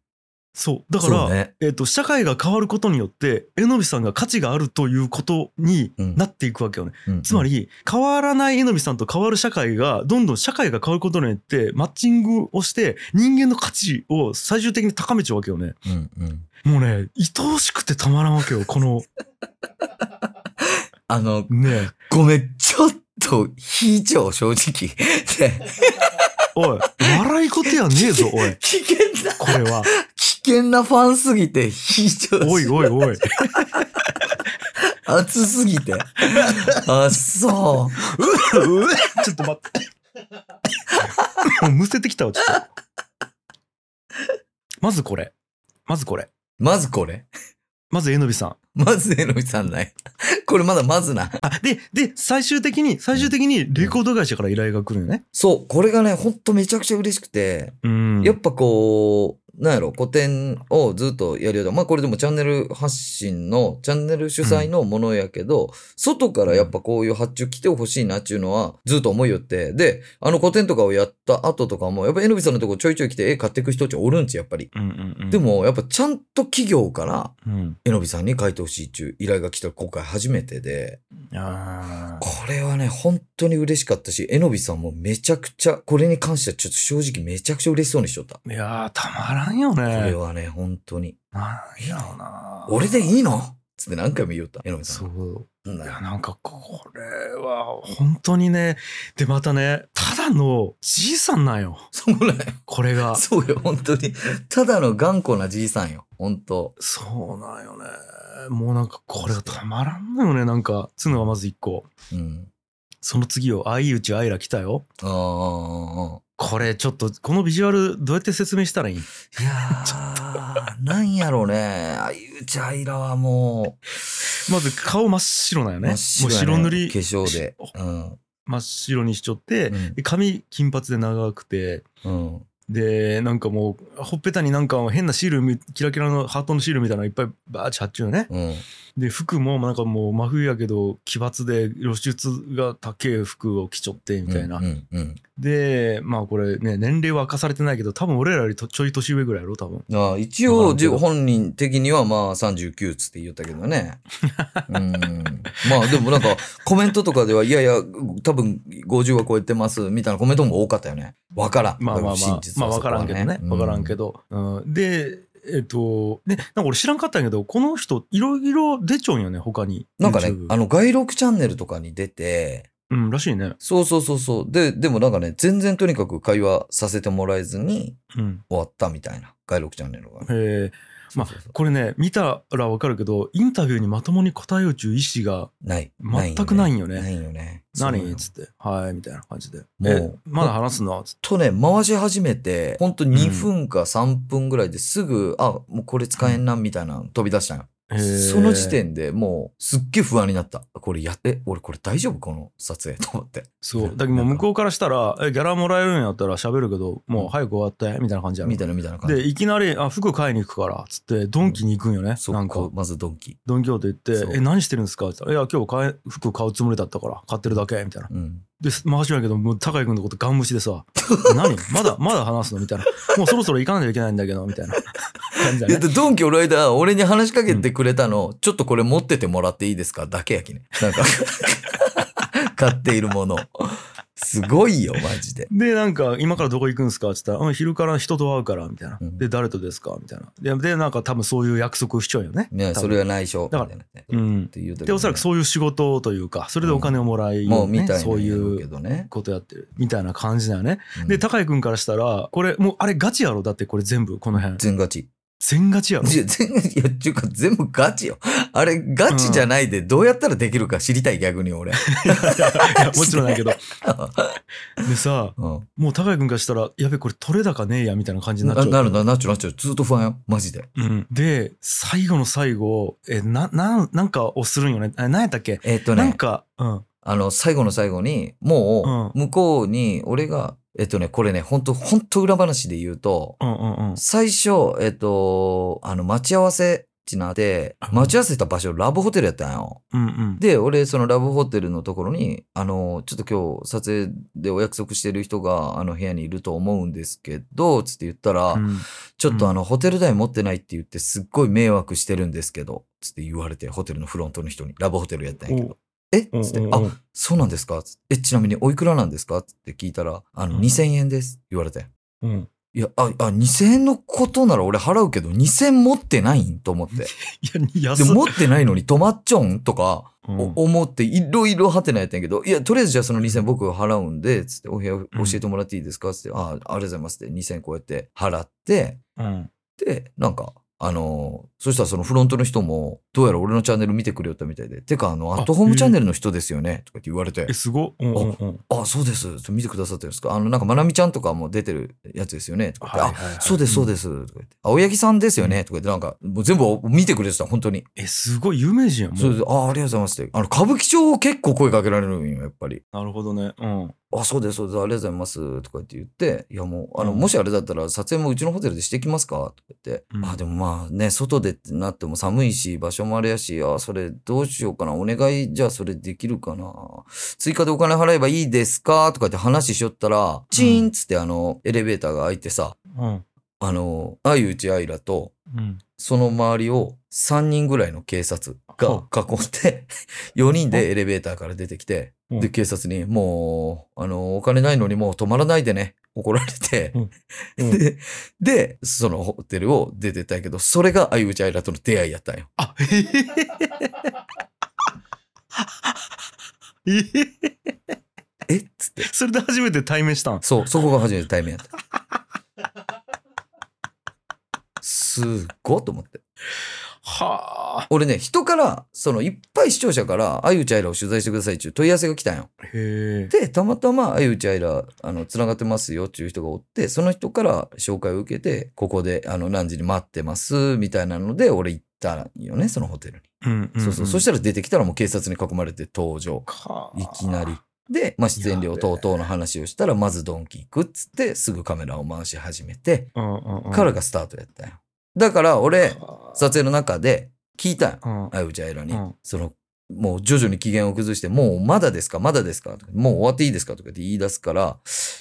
[SPEAKER 2] そうだから、
[SPEAKER 1] そうね
[SPEAKER 2] えっと社会が変わることによってえのびさんが価値があるということに
[SPEAKER 1] うん
[SPEAKER 2] なっていくわけよね、
[SPEAKER 1] うん
[SPEAKER 2] つま、り変わらないえのびさんと変わる社会がどんどん社会が変わることによってマッチングをして人間の価値を最終的に高めちゃうわけよね
[SPEAKER 1] うんうん。
[SPEAKER 2] もうね愛おしくてたまらんわけよこの
[SPEAKER 1] あの、
[SPEAKER 2] ね
[SPEAKER 1] ごめん、ちょっと、非常正直。 ね
[SPEAKER 2] おい笑い事やねえぞおい
[SPEAKER 1] 危険な、
[SPEAKER 2] これは
[SPEAKER 1] 危険なファンすぎて、非常
[SPEAKER 2] おいおいおい
[SPEAKER 1] 熱すぎて。あ、そう。
[SPEAKER 2] うえちょっと待って。もうむせてきたわ、ちょっと。まずこれ。まずこれ。
[SPEAKER 1] まずこれ。
[SPEAKER 2] まず、えのびさん。
[SPEAKER 1] まずえのびさんない。これまだまずな。
[SPEAKER 2] あ、で、で、最終的に、最終的に、レコード会社から依頼が来るよね。
[SPEAKER 1] そう、これがね、ほんとめちゃくちゃ嬉しくて、
[SPEAKER 2] うん。
[SPEAKER 1] やっぱこう、なんやろ、古典をずっとやりようと。まあこれでもチャンネル発信の、チャンネル主催のものやけど、外からやっぱこういう発注来てほしいなっていうのはずっと思いよって。で、あの古典とかをやった後とかも、やっぱえのびさんのとこちょいちょい来て絵買ってく人っておるんち、やっぱり。
[SPEAKER 2] うんうんうん。
[SPEAKER 1] で、も、やっぱちゃんと企業から、
[SPEAKER 2] うん。
[SPEAKER 1] えのびさんに書いてほしいっていう依頼が来た今回初めてで、
[SPEAKER 2] あ
[SPEAKER 1] これはね、本当に嬉しかったし、えのびさんもめちゃくちゃ、これに関してはちょっと正直めちゃくちゃ嬉しそうにしとった。こ
[SPEAKER 2] ーいやー、たまらんよね。
[SPEAKER 1] れはね、本当に。
[SPEAKER 2] なんやろな。
[SPEAKER 1] 俺でいいのつつって何回も言おった。江上さ
[SPEAKER 2] そ
[SPEAKER 1] ん。
[SPEAKER 2] う
[SPEAKER 1] うん
[SPEAKER 2] いやなんかこれは本当にねでまたねただのじいさんなんよ
[SPEAKER 1] そうなんよ
[SPEAKER 2] これ が
[SPEAKER 1] そうよ、本当に。ただの頑固なじいさんよ。本当。
[SPEAKER 2] そうなんよねもうなんかこれがたまらんのよねなんかつうのがまず一個
[SPEAKER 1] うん。
[SPEAKER 2] その次を「相打ちあいら来たよ
[SPEAKER 1] ああ。」
[SPEAKER 2] これちょっとこのビジュアルどうやって説明したらいい
[SPEAKER 1] いやー、なんやろうね。あいうちゃいらはも
[SPEAKER 2] まず顔真っ白なんよ
[SPEAKER 1] う、
[SPEAKER 2] ね
[SPEAKER 1] 真っ
[SPEAKER 2] もう
[SPEAKER 1] やね
[SPEAKER 2] 白塗り
[SPEAKER 1] 化粧で。うん。
[SPEAKER 2] 真っ白にしちょって、
[SPEAKER 1] うん
[SPEAKER 2] で髪金髪で長くて
[SPEAKER 1] うん。
[SPEAKER 2] でなんかもうほっぺたになんか変なシールみキラキラのハートのシールみたいなのいっぱいバーッチ貼っちゅうよね
[SPEAKER 1] うん。
[SPEAKER 2] で服もなんかもう真冬やけど奇抜で露出が高い服を着ちょってみたいな、
[SPEAKER 1] うん。うん。
[SPEAKER 2] でまあこれね年齢は明かされてないけど多分俺らよりとちょい年上ぐらいやろ多分
[SPEAKER 1] ああ一
[SPEAKER 2] わ
[SPEAKER 1] 応、
[SPEAKER 2] からんけ
[SPEAKER 1] じゅ
[SPEAKER 2] ど
[SPEAKER 1] 本人的にはまあ39っつって言ったけどね。 うん。まあでもなんかコメントとかでは、いやいや、多分50は超えてますみたいなコメントも多かったよね。わからん。
[SPEAKER 2] まあまあまあ、
[SPEAKER 1] 真実
[SPEAKER 2] まあ
[SPEAKER 1] はそ
[SPEAKER 2] 分
[SPEAKER 1] こ
[SPEAKER 2] から
[SPEAKER 1] は
[SPEAKER 2] んけどね分からんけ
[SPEAKER 1] ど。
[SPEAKER 2] ど、うんでえっとねなんか俺知らんかったんやけどこの人いろいろ出ちょんよね他に
[SPEAKER 1] なんかね
[SPEAKER 2] YouTube、
[SPEAKER 1] あの、外録チャンネルとかに出て、
[SPEAKER 2] うんらしいね
[SPEAKER 1] そうそうそうそう。で、でもなんかね、全然とにかく会話させてもらえずに
[SPEAKER 2] うん
[SPEAKER 1] 終わったみたいな、外録チャンネルが。
[SPEAKER 2] へえまあ
[SPEAKER 1] そうそうそう
[SPEAKER 2] これね見たら分かるけどインタビューにまともに答えをちゅう意思が
[SPEAKER 1] ない。
[SPEAKER 2] 全くないんよね
[SPEAKER 1] ないよね。
[SPEAKER 2] 何
[SPEAKER 1] そうよ
[SPEAKER 2] っつって、はい、みたいな感じで。
[SPEAKER 1] もう
[SPEAKER 2] えまだ話すのつって。
[SPEAKER 1] とね、回し始めて、ほんと
[SPEAKER 2] う
[SPEAKER 1] 2
[SPEAKER 2] ん
[SPEAKER 1] 分か3分ぐらいですぐ、あ、もうこれ使えんな、みたいなの飛び出したの。
[SPEAKER 2] へー
[SPEAKER 1] その時。点でもう、すっげえ不安になった。これやって、俺これ大丈夫この撮影 と思って。
[SPEAKER 2] そう。だけどもう向こうからしたら、え、ギャラもらえるんやったら喋るけど、もう早く終わって、みたいな感じやろ
[SPEAKER 1] みたいな、みたいな感じ。
[SPEAKER 2] で、いきなり、あ、服買いに行くから、つって、ドンキに行くんよね。
[SPEAKER 1] そ
[SPEAKER 2] なん
[SPEAKER 1] っか
[SPEAKER 2] か、、
[SPEAKER 1] まずドンキ。
[SPEAKER 2] ドンキョーと言
[SPEAKER 1] そ
[SPEAKER 2] っ
[SPEAKER 1] う
[SPEAKER 2] て、え、何してるんですかって言ったら、いや、今日買え服買うつもりだったから、買ってるだけ、みたいな。
[SPEAKER 1] うん。
[SPEAKER 2] で、回しやけど、もう、高井君のことガン無視でさ、 何まだ、まだ話すのみたいな。もうそろそろ行かないといけないんだけど、みたいな感じだ
[SPEAKER 1] いや
[SPEAKER 2] ね。
[SPEAKER 1] でドンキ俺間、俺に話しかけてくれたの、ちょっとこれ持っててもらっていいですかだけやきね。なんか、 買っているもの。すごいよ、マジで。
[SPEAKER 2] で、なんか、今からどこ行くんですかって言ったら、うん、昼から人と会うから、みたいな。
[SPEAKER 1] うん
[SPEAKER 2] で、誰とですかみたいな。で、でなんか多分そういう約束をしちゃうよね。
[SPEAKER 1] ね、
[SPEAKER 2] 多分
[SPEAKER 1] それは内緒。みたいなね
[SPEAKER 2] うん
[SPEAKER 1] っ。て言うたけどね
[SPEAKER 2] で、おそらくそういう仕事というか、それでお金をもらい、ね
[SPEAKER 1] もうみたいな
[SPEAKER 2] そうい
[SPEAKER 1] んやろけ
[SPEAKER 2] う
[SPEAKER 1] どね。
[SPEAKER 2] ことやってる、みたいな感じだよね。
[SPEAKER 1] うん
[SPEAKER 2] で、高井くんからしたら、これ、もうあれガチやろだってこれ全部、この辺。
[SPEAKER 1] 全ガチ。
[SPEAKER 2] 全ガチや ろ
[SPEAKER 1] いや、全、いや、ちゅうか全部ガチよ。あれ、ガチじゃないで、どうやったらできるか知りたい、逆に 俺。
[SPEAKER 2] いやもちろんだけど。でさ、
[SPEAKER 1] うん。
[SPEAKER 2] もう高井くんからしたら、やべ、これ取れ高ねえや、みたいな感じにな
[SPEAKER 1] な
[SPEAKER 2] っちゃう。
[SPEAKER 1] なるな、なっちゃう、なっちゃう。ずっと不安よ。マジで。
[SPEAKER 2] うん、で、最後の最後、え、な、なん、なんかをするんよね。あれ何やったっけ
[SPEAKER 1] えっと
[SPEAKER 2] なん
[SPEAKER 1] ね、
[SPEAKER 2] か、うん。
[SPEAKER 1] あの、最後の最後に、もう、向こうに、俺が、えっとね、これね、本当本当裏話で言うと、
[SPEAKER 2] うんうんうん。
[SPEAKER 1] 最初、えっと、あの、待ち合わせ地なで
[SPEAKER 2] う、ん
[SPEAKER 1] 待ち合わせた場所、ラブホテルやったんよ。
[SPEAKER 2] うんうん。
[SPEAKER 1] で、俺、そのラブホテルのところに、あの、ちょっと今日撮影でお約束してる人が、あの、部屋にいると思うんですけど、つって言ったら、
[SPEAKER 2] うん
[SPEAKER 1] ちょっとあの、ホテル代持ってないって言って、すっごい迷惑してるんですけど、つって言われて、ホテルのフロントの人に、ラブホテルやったんやけど。え
[SPEAKER 2] おう
[SPEAKER 1] つって
[SPEAKER 2] おう、お
[SPEAKER 1] あ、
[SPEAKER 2] う
[SPEAKER 1] そうなんですかつってえ、ちなみにおいくらなんですかつって聞いたら、あの、
[SPEAKER 2] うん
[SPEAKER 1] 2000円です。言われて。
[SPEAKER 2] うん
[SPEAKER 1] いや、あ、あ、2000円のことなら俺払うけど、2000円持ってないんと思って。
[SPEAKER 2] いや、
[SPEAKER 1] で、
[SPEAKER 2] 安っ
[SPEAKER 1] 持ってないのに止まっちょんとか、
[SPEAKER 2] うん
[SPEAKER 1] お思っていろいろはてなやったんやけど、いや、とりあえずじゃあその2000僕が払うんで、つってお部屋教えてもらっていいですかつって、ああ、ありがとうございますって2000こうやって払って、
[SPEAKER 2] うん
[SPEAKER 1] で、なんか、あのーそしたらそのフロントの人も、どうやら俺のチャンネル見てくれよったみたいで、てかあの、アットホームチャンネルの人ですよねとかって言われて
[SPEAKER 2] え、、すごっうんうんうん。
[SPEAKER 1] あ、そうです。ちょ見てくださってるんですかあの、なんか、まなみちゃんとかも出てるやつですよねとか言って、あ、そうです、そう
[SPEAKER 2] す。
[SPEAKER 1] です。とか言って、青柳さんですよねとか言って、なんか、もう全部見てくれてた、本当に。
[SPEAKER 2] え、すごい有名人やもん。
[SPEAKER 1] そうです。ああ、ありがとうございますって。あの、歌舞伎町結構声かけられるんよ、やっぱり。
[SPEAKER 2] なるほどね。うん。
[SPEAKER 1] あ、そうです、そうです、ありがとうございます。とかって言って、いやもう、あの、
[SPEAKER 2] うん
[SPEAKER 1] もしあれだったら撮影もうちのホテルでしてきますかとか言って、
[SPEAKER 2] うん
[SPEAKER 1] あ、でもまあね、外でってなっても寒いし、場所もあれやし、あ、それどうしようかな。お願い、じゃあそれできるかな。追加でお金払えばいいですかとかって話しよったら、チーンっつってあの、エレベーターが開いてさ、
[SPEAKER 2] うん。
[SPEAKER 1] あの、あいうちあいらと、
[SPEAKER 2] うん。
[SPEAKER 1] その周りを3人ぐらいの警察が囲って、4人 でエレベーターから出てきて、
[SPEAKER 2] うん
[SPEAKER 1] で、警察に、もう、あの、お金ないのにもう止まらないでね、怒られて、
[SPEAKER 2] うん
[SPEAKER 1] で、で、そのホテルを出てったんやけど、それが相内アイラとの出会いやったんよ。
[SPEAKER 2] あ、えへへへへへ。えへへ
[SPEAKER 1] えっつって。
[SPEAKER 2] それで初めて対面したん
[SPEAKER 1] そう、そこが初めて対面やった。すっごいと思って。
[SPEAKER 2] はあ。
[SPEAKER 1] 俺ね、人から、そのいっぱい視聴者から、あゆちゃいらを取材してくださいっていう問い合わせが来たんよ。
[SPEAKER 2] へえ。
[SPEAKER 1] で、たまたま、あゆちゃいら、あの、つながってますよっていう人がおって、その人から紹介を受けて、ここで、あの、何時に待ってます、みたいなので、俺行ったんよね、そのホテルに。
[SPEAKER 2] うん、うん。、
[SPEAKER 1] そうそう。そしてたら出てきたらもう警察に囲まれて登場。
[SPEAKER 2] はい
[SPEAKER 1] きなり。。で、まあ、出演料等々の話をしたら、まずドンキ行くっつって、すぐカメラを回し始めて、
[SPEAKER 2] うんうんうん。
[SPEAKER 1] からがスタートやったんよ。だから俺、
[SPEAKER 2] はあ、
[SPEAKER 1] 撮影の中で聞いたんよ。
[SPEAKER 2] うん。
[SPEAKER 1] あゆちゃんエラに、
[SPEAKER 2] うん
[SPEAKER 1] その、もう徐々に機嫌を崩して、もうまだですかまだですかとかもう終わっていいですかとかって言い出すから、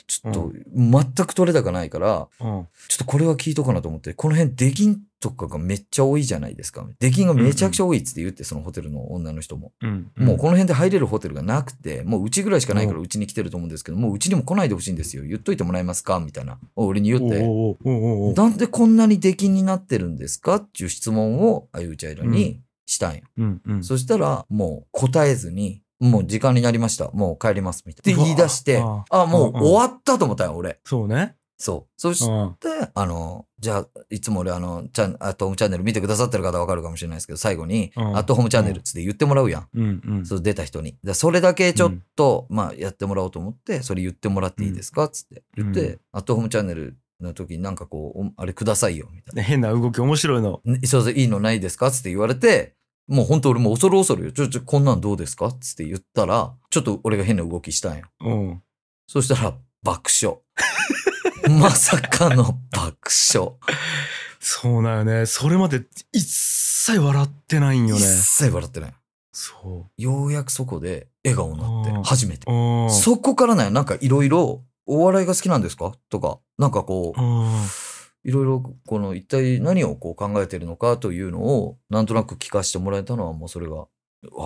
[SPEAKER 1] ちょっと全く取れ高ないから、
[SPEAKER 2] うん。
[SPEAKER 1] ちょっとこれは聞いとかなと思って、この辺出禁とかがめっちゃ多いじゃないですか。出禁がめちゃくちゃ多いっつって言って、そのホテルの女の人も。
[SPEAKER 2] うん。
[SPEAKER 1] もうこの辺で入れるホテルがなくて、もううちぐらいしかないからうちに来てると思うんですけど、もううちにも来ないでほしいんですよ。言っといてもらえますかみたいな。俺に言って。
[SPEAKER 2] おうおうおうおうおう
[SPEAKER 1] なんでこんなに出禁になってるんですかっていう質問をあゆうちゃいらにしたんよ。
[SPEAKER 2] うんうん。
[SPEAKER 1] そしたら、もう答えずに、もう時間になりました。もう帰ります。みたいな。って言い出して
[SPEAKER 2] うわ、
[SPEAKER 1] あ、もう
[SPEAKER 2] うんうん
[SPEAKER 1] 終わったと思ったよ、俺。
[SPEAKER 2] そうね。
[SPEAKER 1] そう。そし
[SPEAKER 2] う
[SPEAKER 1] て、
[SPEAKER 2] ん。
[SPEAKER 1] あの、じゃあ、いつも俺、あの、チャン、アットホームチャンネル見てくださってる方わかるかもしれないですけど、最後に、
[SPEAKER 2] うん
[SPEAKER 1] アットホームチャンネルっつって言ってもらうやん。
[SPEAKER 2] うんうん。
[SPEAKER 1] そう出た人に。でそれだけちょっと、まあ、やってもらおうと思って、それ言ってもらっていいですかっつって。言って、
[SPEAKER 2] うん
[SPEAKER 1] アットホームチャンネルの時になんかこう、おあれくださいよ、みたいな。
[SPEAKER 2] 変な動き面白いの。
[SPEAKER 1] ね、そうそういいのないですかつって言われて、もう本当俺もう恐る恐るよ。ちょ、ちょ、こんなんどうですかつって言ったら、ちょっと俺が変な動きしたんよ。
[SPEAKER 2] うん。
[SPEAKER 1] そしたら、爆 笑。まさかの爆笑。
[SPEAKER 2] そうだよね。それまで一切笑ってないんよ
[SPEAKER 1] 一
[SPEAKER 2] ね。
[SPEAKER 1] 切笑ってない。
[SPEAKER 2] そ
[SPEAKER 1] ようやくそこで笑顔になっ
[SPEAKER 2] うん
[SPEAKER 1] て、初めて
[SPEAKER 2] う。。うん。
[SPEAKER 1] そこからね、なんかいろいろ、お笑いが好きなんですかとか、なんかこう
[SPEAKER 2] う、ん。
[SPEAKER 1] いろいろこの一体何をこう考えてるのかというのをなんとなく聞かせてもらえたのはもうそれが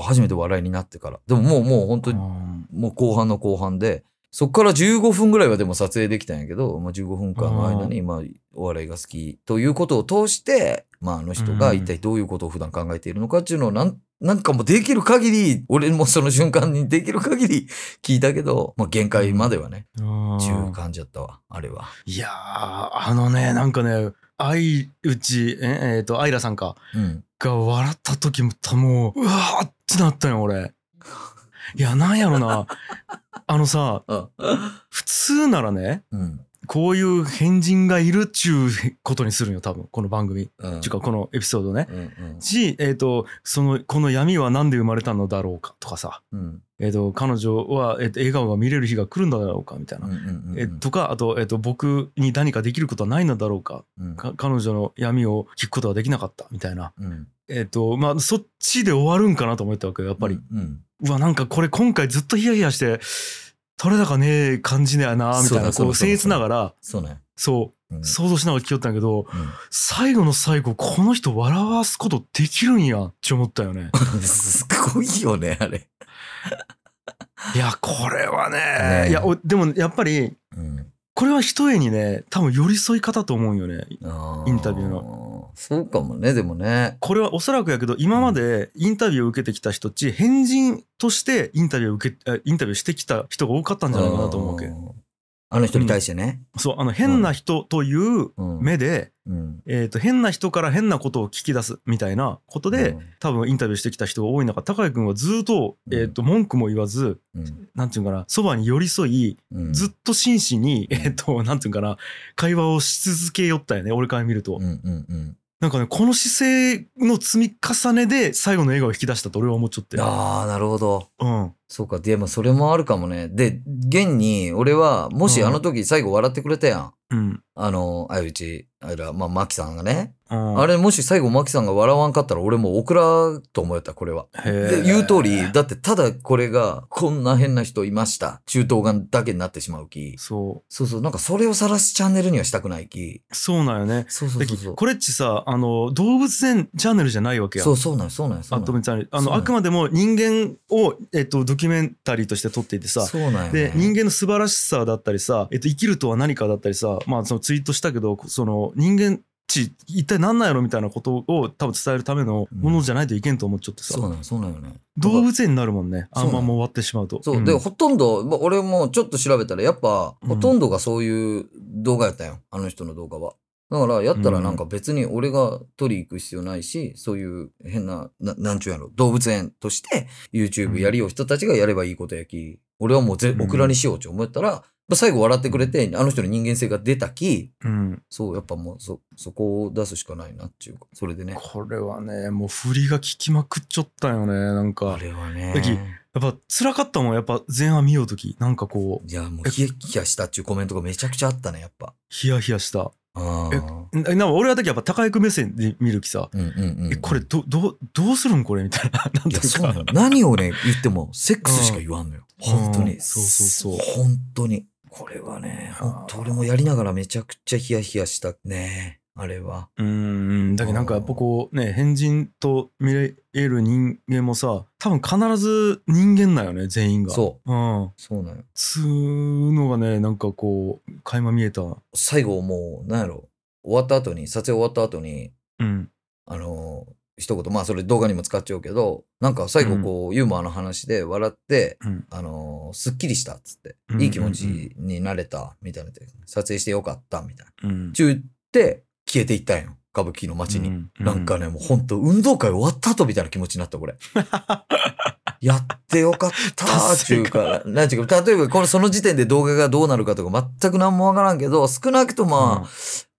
[SPEAKER 1] 初めて笑いになってからでももうもう本当に
[SPEAKER 2] うん
[SPEAKER 1] もう後半の後半でそっから15分ぐらいはでも撮影できたんやけど、まあ、15分間の間にまあお笑いが好きということを通して、まあ、あの人が
[SPEAKER 2] うん
[SPEAKER 1] 一体どういうことを普段考えているのかっていうのをなんなんかもうできる限り俺もその瞬間にできる限り聞いたけど、まあ、限界まではね
[SPEAKER 2] うん
[SPEAKER 1] っていう感じだったわあれは。
[SPEAKER 2] いやー、あのね、なんかね、あいうち、ええーと、アイラさんか、
[SPEAKER 1] うん、
[SPEAKER 2] が笑った時も、たもう、うわーってなったよ、俺。いや、なんや ろな。あのさ、
[SPEAKER 1] あ
[SPEAKER 2] 普通ならね、
[SPEAKER 1] うん
[SPEAKER 2] こういう変人がいるっちゅうことにするんよ、多分、この番組。
[SPEAKER 1] うん
[SPEAKER 2] ちゅうか、このエピソードね。
[SPEAKER 1] うんうん
[SPEAKER 2] し、えっ、と、その、この闇は何で生まれたのだろうかとかさ、
[SPEAKER 1] うん
[SPEAKER 2] えっ、と、彼女は、えーと笑顔が見れる日が来るんだろうかみたいな。
[SPEAKER 1] うんうんうん
[SPEAKER 2] えーとか、あと、えっ、と、僕に何かできることはないのだろうか
[SPEAKER 1] うん
[SPEAKER 2] か彼女の闇を聞くことはできなかったみたいな、
[SPEAKER 1] うん、やっ
[SPEAKER 2] えっとまあ、そっちで終わるんかなと思ったわけよやっぱり、
[SPEAKER 1] うん、
[SPEAKER 2] うわなんかこれ今回ずっとヒヤヒヤして取れ高ねえ感じだよなみたいな
[SPEAKER 1] そうだそうだ
[SPEAKER 2] こう
[SPEAKER 1] そう
[SPEAKER 2] 僭
[SPEAKER 1] だ
[SPEAKER 2] 越ながら
[SPEAKER 1] そうね。
[SPEAKER 2] そううん想像しながら聞きよったんやけど
[SPEAKER 1] う
[SPEAKER 2] 最後の最後この人笑わすことできるんやって思った よね
[SPEAKER 1] ん、すごいよね、あれ。
[SPEAKER 2] いやこれは
[SPEAKER 1] ね
[SPEAKER 2] ね
[SPEAKER 1] え
[SPEAKER 2] いやおでもやっぱり
[SPEAKER 1] うん、
[SPEAKER 2] これは一重にね多分寄り添い方と思うよね
[SPEAKER 1] あ
[SPEAKER 2] インタビュー
[SPEAKER 1] の。そうかもね、でもね。
[SPEAKER 2] これはおそらくやけど今までインタビューを受けてきた人っち変人としてインタビューを受けえインタビューしてきた人が多かったんじゃないかなと思うわけ
[SPEAKER 1] うんあの人に対してね。
[SPEAKER 2] そうあの変な人という
[SPEAKER 1] うん
[SPEAKER 2] 目で、
[SPEAKER 1] うん、
[SPEAKER 2] えー、と変な人から変なことを聞き出すみたいなことで、多分インタビューしてきた人が多い中高井君はずっと,、
[SPEAKER 1] うん
[SPEAKER 2] えー、と文句も言わず
[SPEAKER 1] うん、
[SPEAKER 2] なんていうかなそばに寄り添い
[SPEAKER 1] うん、
[SPEAKER 2] ずっと真摯に、
[SPEAKER 1] うん
[SPEAKER 2] えー、となんていうかな会話をし続けよったよね俺から見ると、
[SPEAKER 1] うんうんうん。
[SPEAKER 2] なんかねこの姿勢の積み重ねで最後の笑顔を引き出したと俺は思っちゃって
[SPEAKER 1] ああ、なるほど。
[SPEAKER 2] うん、
[SPEAKER 1] そうか。でもそれもあるかもね。で、現に俺は、もし
[SPEAKER 2] うん
[SPEAKER 1] あの時最後笑ってくれたやん。
[SPEAKER 2] うん。
[SPEAKER 1] あの、あうち、あら、まあ、マキさんがね。
[SPEAKER 2] あ
[SPEAKER 1] あれ、もし最後マキさんが笑わんかったら俺もうオクラと思えた、これは。
[SPEAKER 2] れ
[SPEAKER 1] で、言う通り、だってただこれが、こんな変な人いました。中東眼だけになってしまうき。
[SPEAKER 2] そ
[SPEAKER 1] そうそう、なんかそれを晒すチャンネルにはしたくないき。
[SPEAKER 2] う。そうなんよね。
[SPEAKER 1] そうそう
[SPEAKER 2] だ
[SPEAKER 1] そ
[SPEAKER 2] け
[SPEAKER 1] うそ
[SPEAKER 2] ど
[SPEAKER 1] う。
[SPEAKER 2] これっちさ、あの、動物園チャンネルじゃないわけや。
[SPEAKER 1] そうそうなんよそうなんよそ
[SPEAKER 2] ア
[SPEAKER 1] う
[SPEAKER 2] ッ
[SPEAKER 1] な
[SPEAKER 2] ト
[SPEAKER 1] ん
[SPEAKER 2] メ
[SPEAKER 1] よ
[SPEAKER 2] ンチャンネル。あ
[SPEAKER 1] そう
[SPEAKER 2] の、
[SPEAKER 1] な
[SPEAKER 2] あ
[SPEAKER 1] の
[SPEAKER 2] くまでも人間を、えっと、ドキュメンタリーとして撮っていてさ、
[SPEAKER 1] そうなんよね
[SPEAKER 2] で、人間の素晴らしさだったりさ、えっと、生きるとは何かだったりさ、まあ、そのツイートしたけど、その、人間ち、一体何なんやろみたいなことを多分伝えるためのものじゃないといけんと思っちゃってさ、
[SPEAKER 1] そうなんよそうなんよね。
[SPEAKER 2] 動物園になるもんね。あん
[SPEAKER 1] そうな
[SPEAKER 2] ま
[SPEAKER 1] の
[SPEAKER 2] もう終わってしまうと。
[SPEAKER 1] そう、
[SPEAKER 2] ん
[SPEAKER 1] で、ほとんど、ま俺もちょっと調べたら、やっぱ、
[SPEAKER 2] うん
[SPEAKER 1] ほとんどがそういう動画やったんよ。あの人の動画は。だから、やったらなんか別に俺が取り行く必要ないし、そういう変な、ななんちゅうんやろ、動物園として、
[SPEAKER 2] うん
[SPEAKER 1] YouTube やりよう人たちがやればいいことやき、俺はもうぜ
[SPEAKER 2] うん
[SPEAKER 1] オクラにしようって思ったら、まあ最後笑ってくれて、あの人の人間性が出たき、
[SPEAKER 2] うん。
[SPEAKER 1] そう、やっぱもう、そ、そこを出すしかないなっていうか、それでね。
[SPEAKER 2] これはね、もう振りが効きまくっちゃったよね、なんか。
[SPEAKER 1] あれはね
[SPEAKER 2] だ。きやっぱ辛かったもん、やっぱ前半見ようとき。なんかこう、
[SPEAKER 1] いや、もうヒヤヒヤしたっていうコメントがめちゃくちゃあったね、やっぱ。
[SPEAKER 2] ヒヤヒヤした。
[SPEAKER 1] あ
[SPEAKER 2] え
[SPEAKER 1] あ。
[SPEAKER 2] んなんか俺はだけやっぱ高井君目線で見るきさ、
[SPEAKER 1] うんうんうん、
[SPEAKER 2] え、これど、どう、どうするんこれみたいな。 なん
[SPEAKER 1] い
[SPEAKER 2] て
[SPEAKER 1] や
[SPEAKER 2] い
[SPEAKER 1] そううなの。
[SPEAKER 2] か
[SPEAKER 1] 何をね言ってもセックスしか言わんのよ、
[SPEAKER 2] うん
[SPEAKER 1] 本当
[SPEAKER 2] う
[SPEAKER 1] に
[SPEAKER 2] んそうそうそう
[SPEAKER 1] 本当にこれはね本当俺もやりながらめちゃくちゃヒヤヒヤしたねあれは
[SPEAKER 2] うんうん、だけどなんかやっぱこうね、変人と見れる人間もさ、多分必ず人間だよね、全員が。。
[SPEAKER 1] そう
[SPEAKER 2] うん。
[SPEAKER 1] そうなのよ
[SPEAKER 2] つうのがね、なんかこう、垣間見えた。う
[SPEAKER 1] 最後もうなんやろ終わった後に撮影終わった後に
[SPEAKER 2] ん。
[SPEAKER 1] あの一言まあそれ動画にも使っちゃうけどなんか最後こう、ユーモアの話で笑って
[SPEAKER 2] うん。
[SPEAKER 1] あのすっきりしたっつって、
[SPEAKER 2] うん
[SPEAKER 1] いい気持ちになれたみたいなで撮影してよかったみたいな
[SPEAKER 2] うん。
[SPEAKER 1] ちゅうって消えていったんよ歌舞伎の街に、
[SPEAKER 2] う
[SPEAKER 1] なんかね、もうほんと、運動会終わった後みたいな気持ちになった、 これ。やってよかったーっていうか、なんていうか、例えば、この、その時点で動画がどうなるかとか全く何もわからんけど、少なくとも、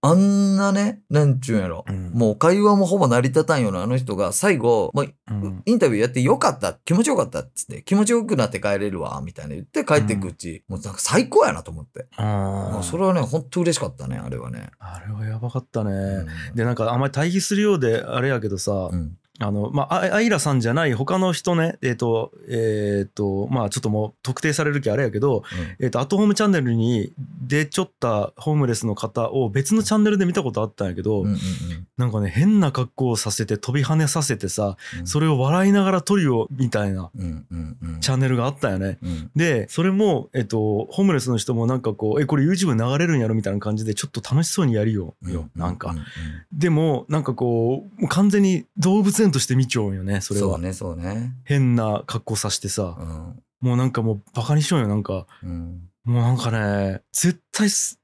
[SPEAKER 1] あんなね、なんちゅうんやろ
[SPEAKER 2] う。ん、
[SPEAKER 1] もう会話もほぼ成り立たんようなあの人が、最後、もう、
[SPEAKER 2] うん、
[SPEAKER 1] インタビューやってよかった、気持ちよかったっつって、気持ちよくなって帰れるわ、みたいな言って帰ってくうち、もうなんか最高やなと思って。
[SPEAKER 2] あ
[SPEAKER 1] も
[SPEAKER 2] ー
[SPEAKER 1] うそれはね、ほんと嬉しかったね、あれはね。
[SPEAKER 2] あれはやばかったね。
[SPEAKER 1] うん
[SPEAKER 2] でなんかあんまり対比するようであれやけどさ、
[SPEAKER 1] うん。
[SPEAKER 2] あのまああアイラさんじゃない他の人ねえっ、とえっ、とまあちょっともう特定される気あれやけど、えっとアットホームチャンネルに出ちょったホームレスの方を別のチャンネルで見たことあったんやけど、
[SPEAKER 1] うんうんうん
[SPEAKER 2] なんかね変な格好をさせて飛び跳ねさせてさ、
[SPEAKER 1] うん
[SPEAKER 2] それを笑いながらトリオみたいな
[SPEAKER 1] うんうんうん
[SPEAKER 2] チャンネルがあったよね。
[SPEAKER 1] うん
[SPEAKER 2] でそれも、えっと、ホームレスの人もなんかこう「えこれ YouTube 流れるんやろ?」みたいな感じでちょっと楽しそうにやるよ、よなんか
[SPEAKER 1] ううう
[SPEAKER 2] でもなんかこうもう完全に動物園として見ちゃうんよねそれ
[SPEAKER 1] そ
[SPEAKER 2] は
[SPEAKER 1] うねそうね
[SPEAKER 2] 変な格好さしてさ
[SPEAKER 1] うん
[SPEAKER 2] もうなんかもうバカにしようよなんか
[SPEAKER 1] うん
[SPEAKER 2] もうなんかね絶対す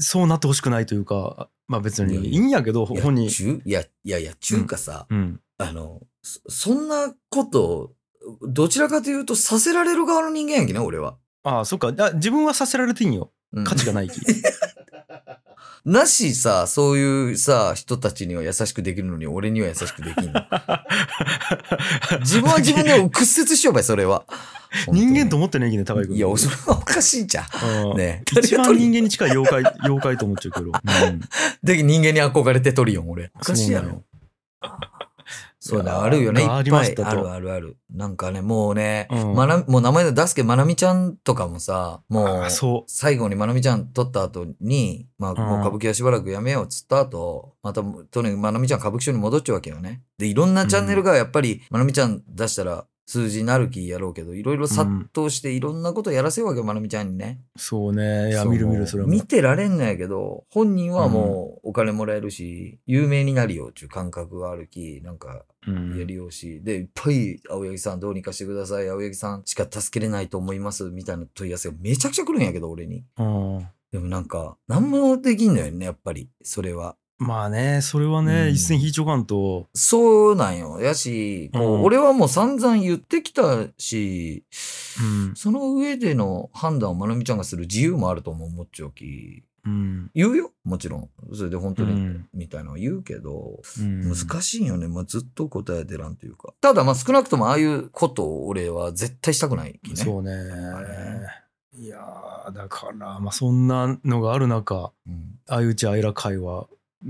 [SPEAKER 2] そうなってほしくないというかまあ別にいいんやけど
[SPEAKER 1] いや
[SPEAKER 2] 本人
[SPEAKER 1] 中いやいやいや中華さ、
[SPEAKER 2] うん
[SPEAKER 1] あのそそんなことどちらかというとさせられる側の人間やきね俺は、
[SPEAKER 2] ああそっかあ自分はさせられていいんよ
[SPEAKER 1] うん
[SPEAKER 2] 価値が ないき
[SPEAKER 1] なしさそういうさ人たちには優しくできるのに俺には優しくできん の自分は自分で屈折しようばいそれは
[SPEAKER 2] 人間と
[SPEAKER 1] 思
[SPEAKER 2] 思ってないきね高井君
[SPEAKER 1] いやそれはおかしいじゃん
[SPEAKER 2] うん
[SPEAKER 1] ね
[SPEAKER 2] 一番
[SPEAKER 1] 誰が
[SPEAKER 2] 人間に近い妖怪 妖怪と思っちゃうけど、うん
[SPEAKER 1] で人間に憧れてトリオン俺おかしいや
[SPEAKER 2] そうなの
[SPEAKER 1] ろ
[SPEAKER 2] よ
[SPEAKER 1] そう
[SPEAKER 2] い
[SPEAKER 1] だ、
[SPEAKER 2] やー
[SPEAKER 1] あるよね。い
[SPEAKER 2] があ
[SPEAKER 1] っ
[SPEAKER 2] りま
[SPEAKER 1] ぱ
[SPEAKER 2] し
[SPEAKER 1] い
[SPEAKER 2] たと
[SPEAKER 1] あるあるある。なんかね、もうね、
[SPEAKER 2] うん
[SPEAKER 1] まなもう名前で出すけど、まなみちゃんとかもさ、もう
[SPEAKER 2] あ、そ
[SPEAKER 1] 最後にまなみちゃん撮った後に、まあ、もう歌舞伎はしばらくやめようっつった後、また、とにかくまなみちゃん歌舞伎町に戻っちゃうわけよね。で、いろんなチャンネルがやっぱり、まなみちゃん出したら数字なる気やろうけど、いろいろ殺到していろんなことやらせるわけよ、まなみちゃんにね。
[SPEAKER 2] うそうねいや
[SPEAKER 1] そう
[SPEAKER 2] 見る見るそれはもう
[SPEAKER 1] 見てられんのやけど、本人はもうお金もらえるし、有名になるよっていう感覚があるき、なんか、
[SPEAKER 2] うん
[SPEAKER 1] やりようし、で、いっぱい、青柳さんどうにかしてください、青柳さんしか助けれないと思います、みたいな問い合わせがめちゃくちゃ来るんやけど、俺に。
[SPEAKER 2] うん
[SPEAKER 1] でもなんか、なんもできんのよね、やっぱり、それは。
[SPEAKER 2] まあね、それはね、
[SPEAKER 1] うん
[SPEAKER 2] 一線引いちょかんと。
[SPEAKER 1] そうなんよ。やし、こう
[SPEAKER 2] うん
[SPEAKER 1] 俺はもう散々言ってきたし、
[SPEAKER 2] うん
[SPEAKER 1] その上での判断をまなみちゃんがする自由もあるとも思っちゃうき、
[SPEAKER 2] うん。
[SPEAKER 1] 言うよもちろんそれで本当
[SPEAKER 2] う
[SPEAKER 1] に、
[SPEAKER 2] ん
[SPEAKER 1] みたいなのは言うけど、
[SPEAKER 2] うん
[SPEAKER 1] 難しいよね、まあ、ずっと答え出らんというかただまあ少なくともああいうことを俺は絶対したくないきね
[SPEAKER 2] そうね
[SPEAKER 1] れ。
[SPEAKER 2] いやーだから、まあ、そんなのがある中、
[SPEAKER 1] うん
[SPEAKER 2] 相打ち相ら会は、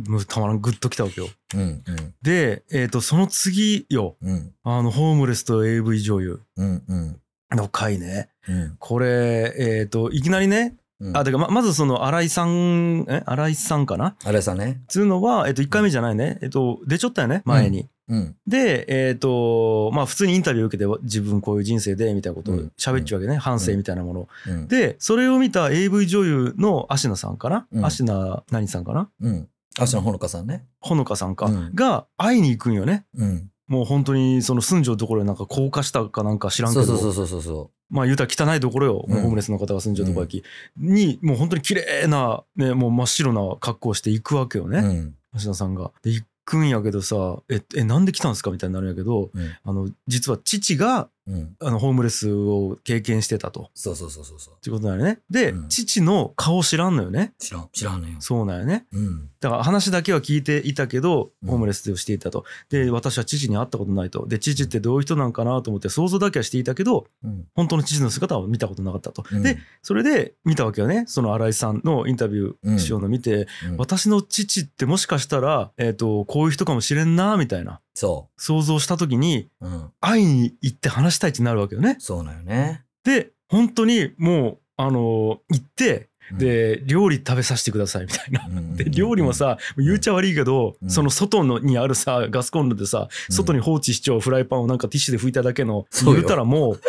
[SPEAKER 2] もうたまらんグッときたわけよ。
[SPEAKER 1] うんうん
[SPEAKER 2] で、えっ、と、その次よ、
[SPEAKER 1] うん
[SPEAKER 2] あの、ホームレスと AV 女優
[SPEAKER 1] うんうん
[SPEAKER 2] の回ね。
[SPEAKER 1] うん
[SPEAKER 2] これ、えっ、と、いきなりね、
[SPEAKER 1] うん
[SPEAKER 2] あ、てかま、まずその、新井さん、え新井さんかな
[SPEAKER 1] あれさね
[SPEAKER 2] つうのは、えっ、と、1回目じゃないね。えっ、と、出ちょったよね、前に。
[SPEAKER 1] うん
[SPEAKER 2] で、えっ、と、まあ、普通にインタビュー受けて、自分こういう人生で、みたいなことを喋っちゃうわけね、反省みたいなものを
[SPEAKER 1] うん
[SPEAKER 2] でそれを見た AV 女優のアシナさんかな、
[SPEAKER 1] うん
[SPEAKER 2] アシナ何さんかな
[SPEAKER 1] うんあそのほのかさんね
[SPEAKER 2] ほのかさんか、
[SPEAKER 1] うん
[SPEAKER 2] が会いに行くんよね
[SPEAKER 1] うん
[SPEAKER 2] もう本当にその住んじょうところなんか高架下かなんか知らんけ
[SPEAKER 1] そ
[SPEAKER 2] ど
[SPEAKER 1] うそうそうそうそうそ
[SPEAKER 2] まあ言うたら汚いところよ、
[SPEAKER 1] うん
[SPEAKER 2] もうホームレスの方が住んじょうところき、にもう本当に綺麗なねもう真っ白な格好をして行くわけよ
[SPEAKER 1] うう
[SPEAKER 2] ね、
[SPEAKER 1] ん
[SPEAKER 2] アシナさんが。で行くんやけどさええなんで来たんですかみたいになるんやけど
[SPEAKER 1] うん
[SPEAKER 2] あの実は父が
[SPEAKER 1] うん
[SPEAKER 2] あのホームレスを経験してたと。
[SPEAKER 1] そうそうそうそうそう
[SPEAKER 2] ってことだよね。で、
[SPEAKER 1] うん
[SPEAKER 2] 父の顔知らんのよね。
[SPEAKER 1] 知らん知らんのよ
[SPEAKER 2] そうなんよね。
[SPEAKER 1] うん
[SPEAKER 2] だから話だけは聞いていたけど、
[SPEAKER 1] うん
[SPEAKER 2] ホームレスをしていたと。で、私は父に会ったことないと。で、父ってどういう人なんかなと思って想像だけはしていたけど、
[SPEAKER 1] うん
[SPEAKER 2] 本当の父の姿は見たことなかったと。
[SPEAKER 1] うん
[SPEAKER 2] で、それで見たわけよね。その新井さんのインタビューしようの見て、
[SPEAKER 1] うん
[SPEAKER 2] 私の父ってもしかしたら、えっ、と、こういう人かもしれんな、みたいな
[SPEAKER 1] そ
[SPEAKER 2] 想像した時に、
[SPEAKER 1] ううん
[SPEAKER 2] 会いに行って話したいってなるわけよね。
[SPEAKER 1] そうなよね
[SPEAKER 2] で、本当にもう、あの行って、
[SPEAKER 1] うん
[SPEAKER 2] で、料理食べさせてください、みたいな。
[SPEAKER 1] うん
[SPEAKER 2] で料理もさ言うちゃ悪いけど、
[SPEAKER 1] うん
[SPEAKER 2] その外のにあるさガスコンロでさ、
[SPEAKER 1] うん
[SPEAKER 2] 外に放置しちゃうフライパンをなんかティッシュで拭いただけの
[SPEAKER 1] そうよ
[SPEAKER 2] 言うたらもう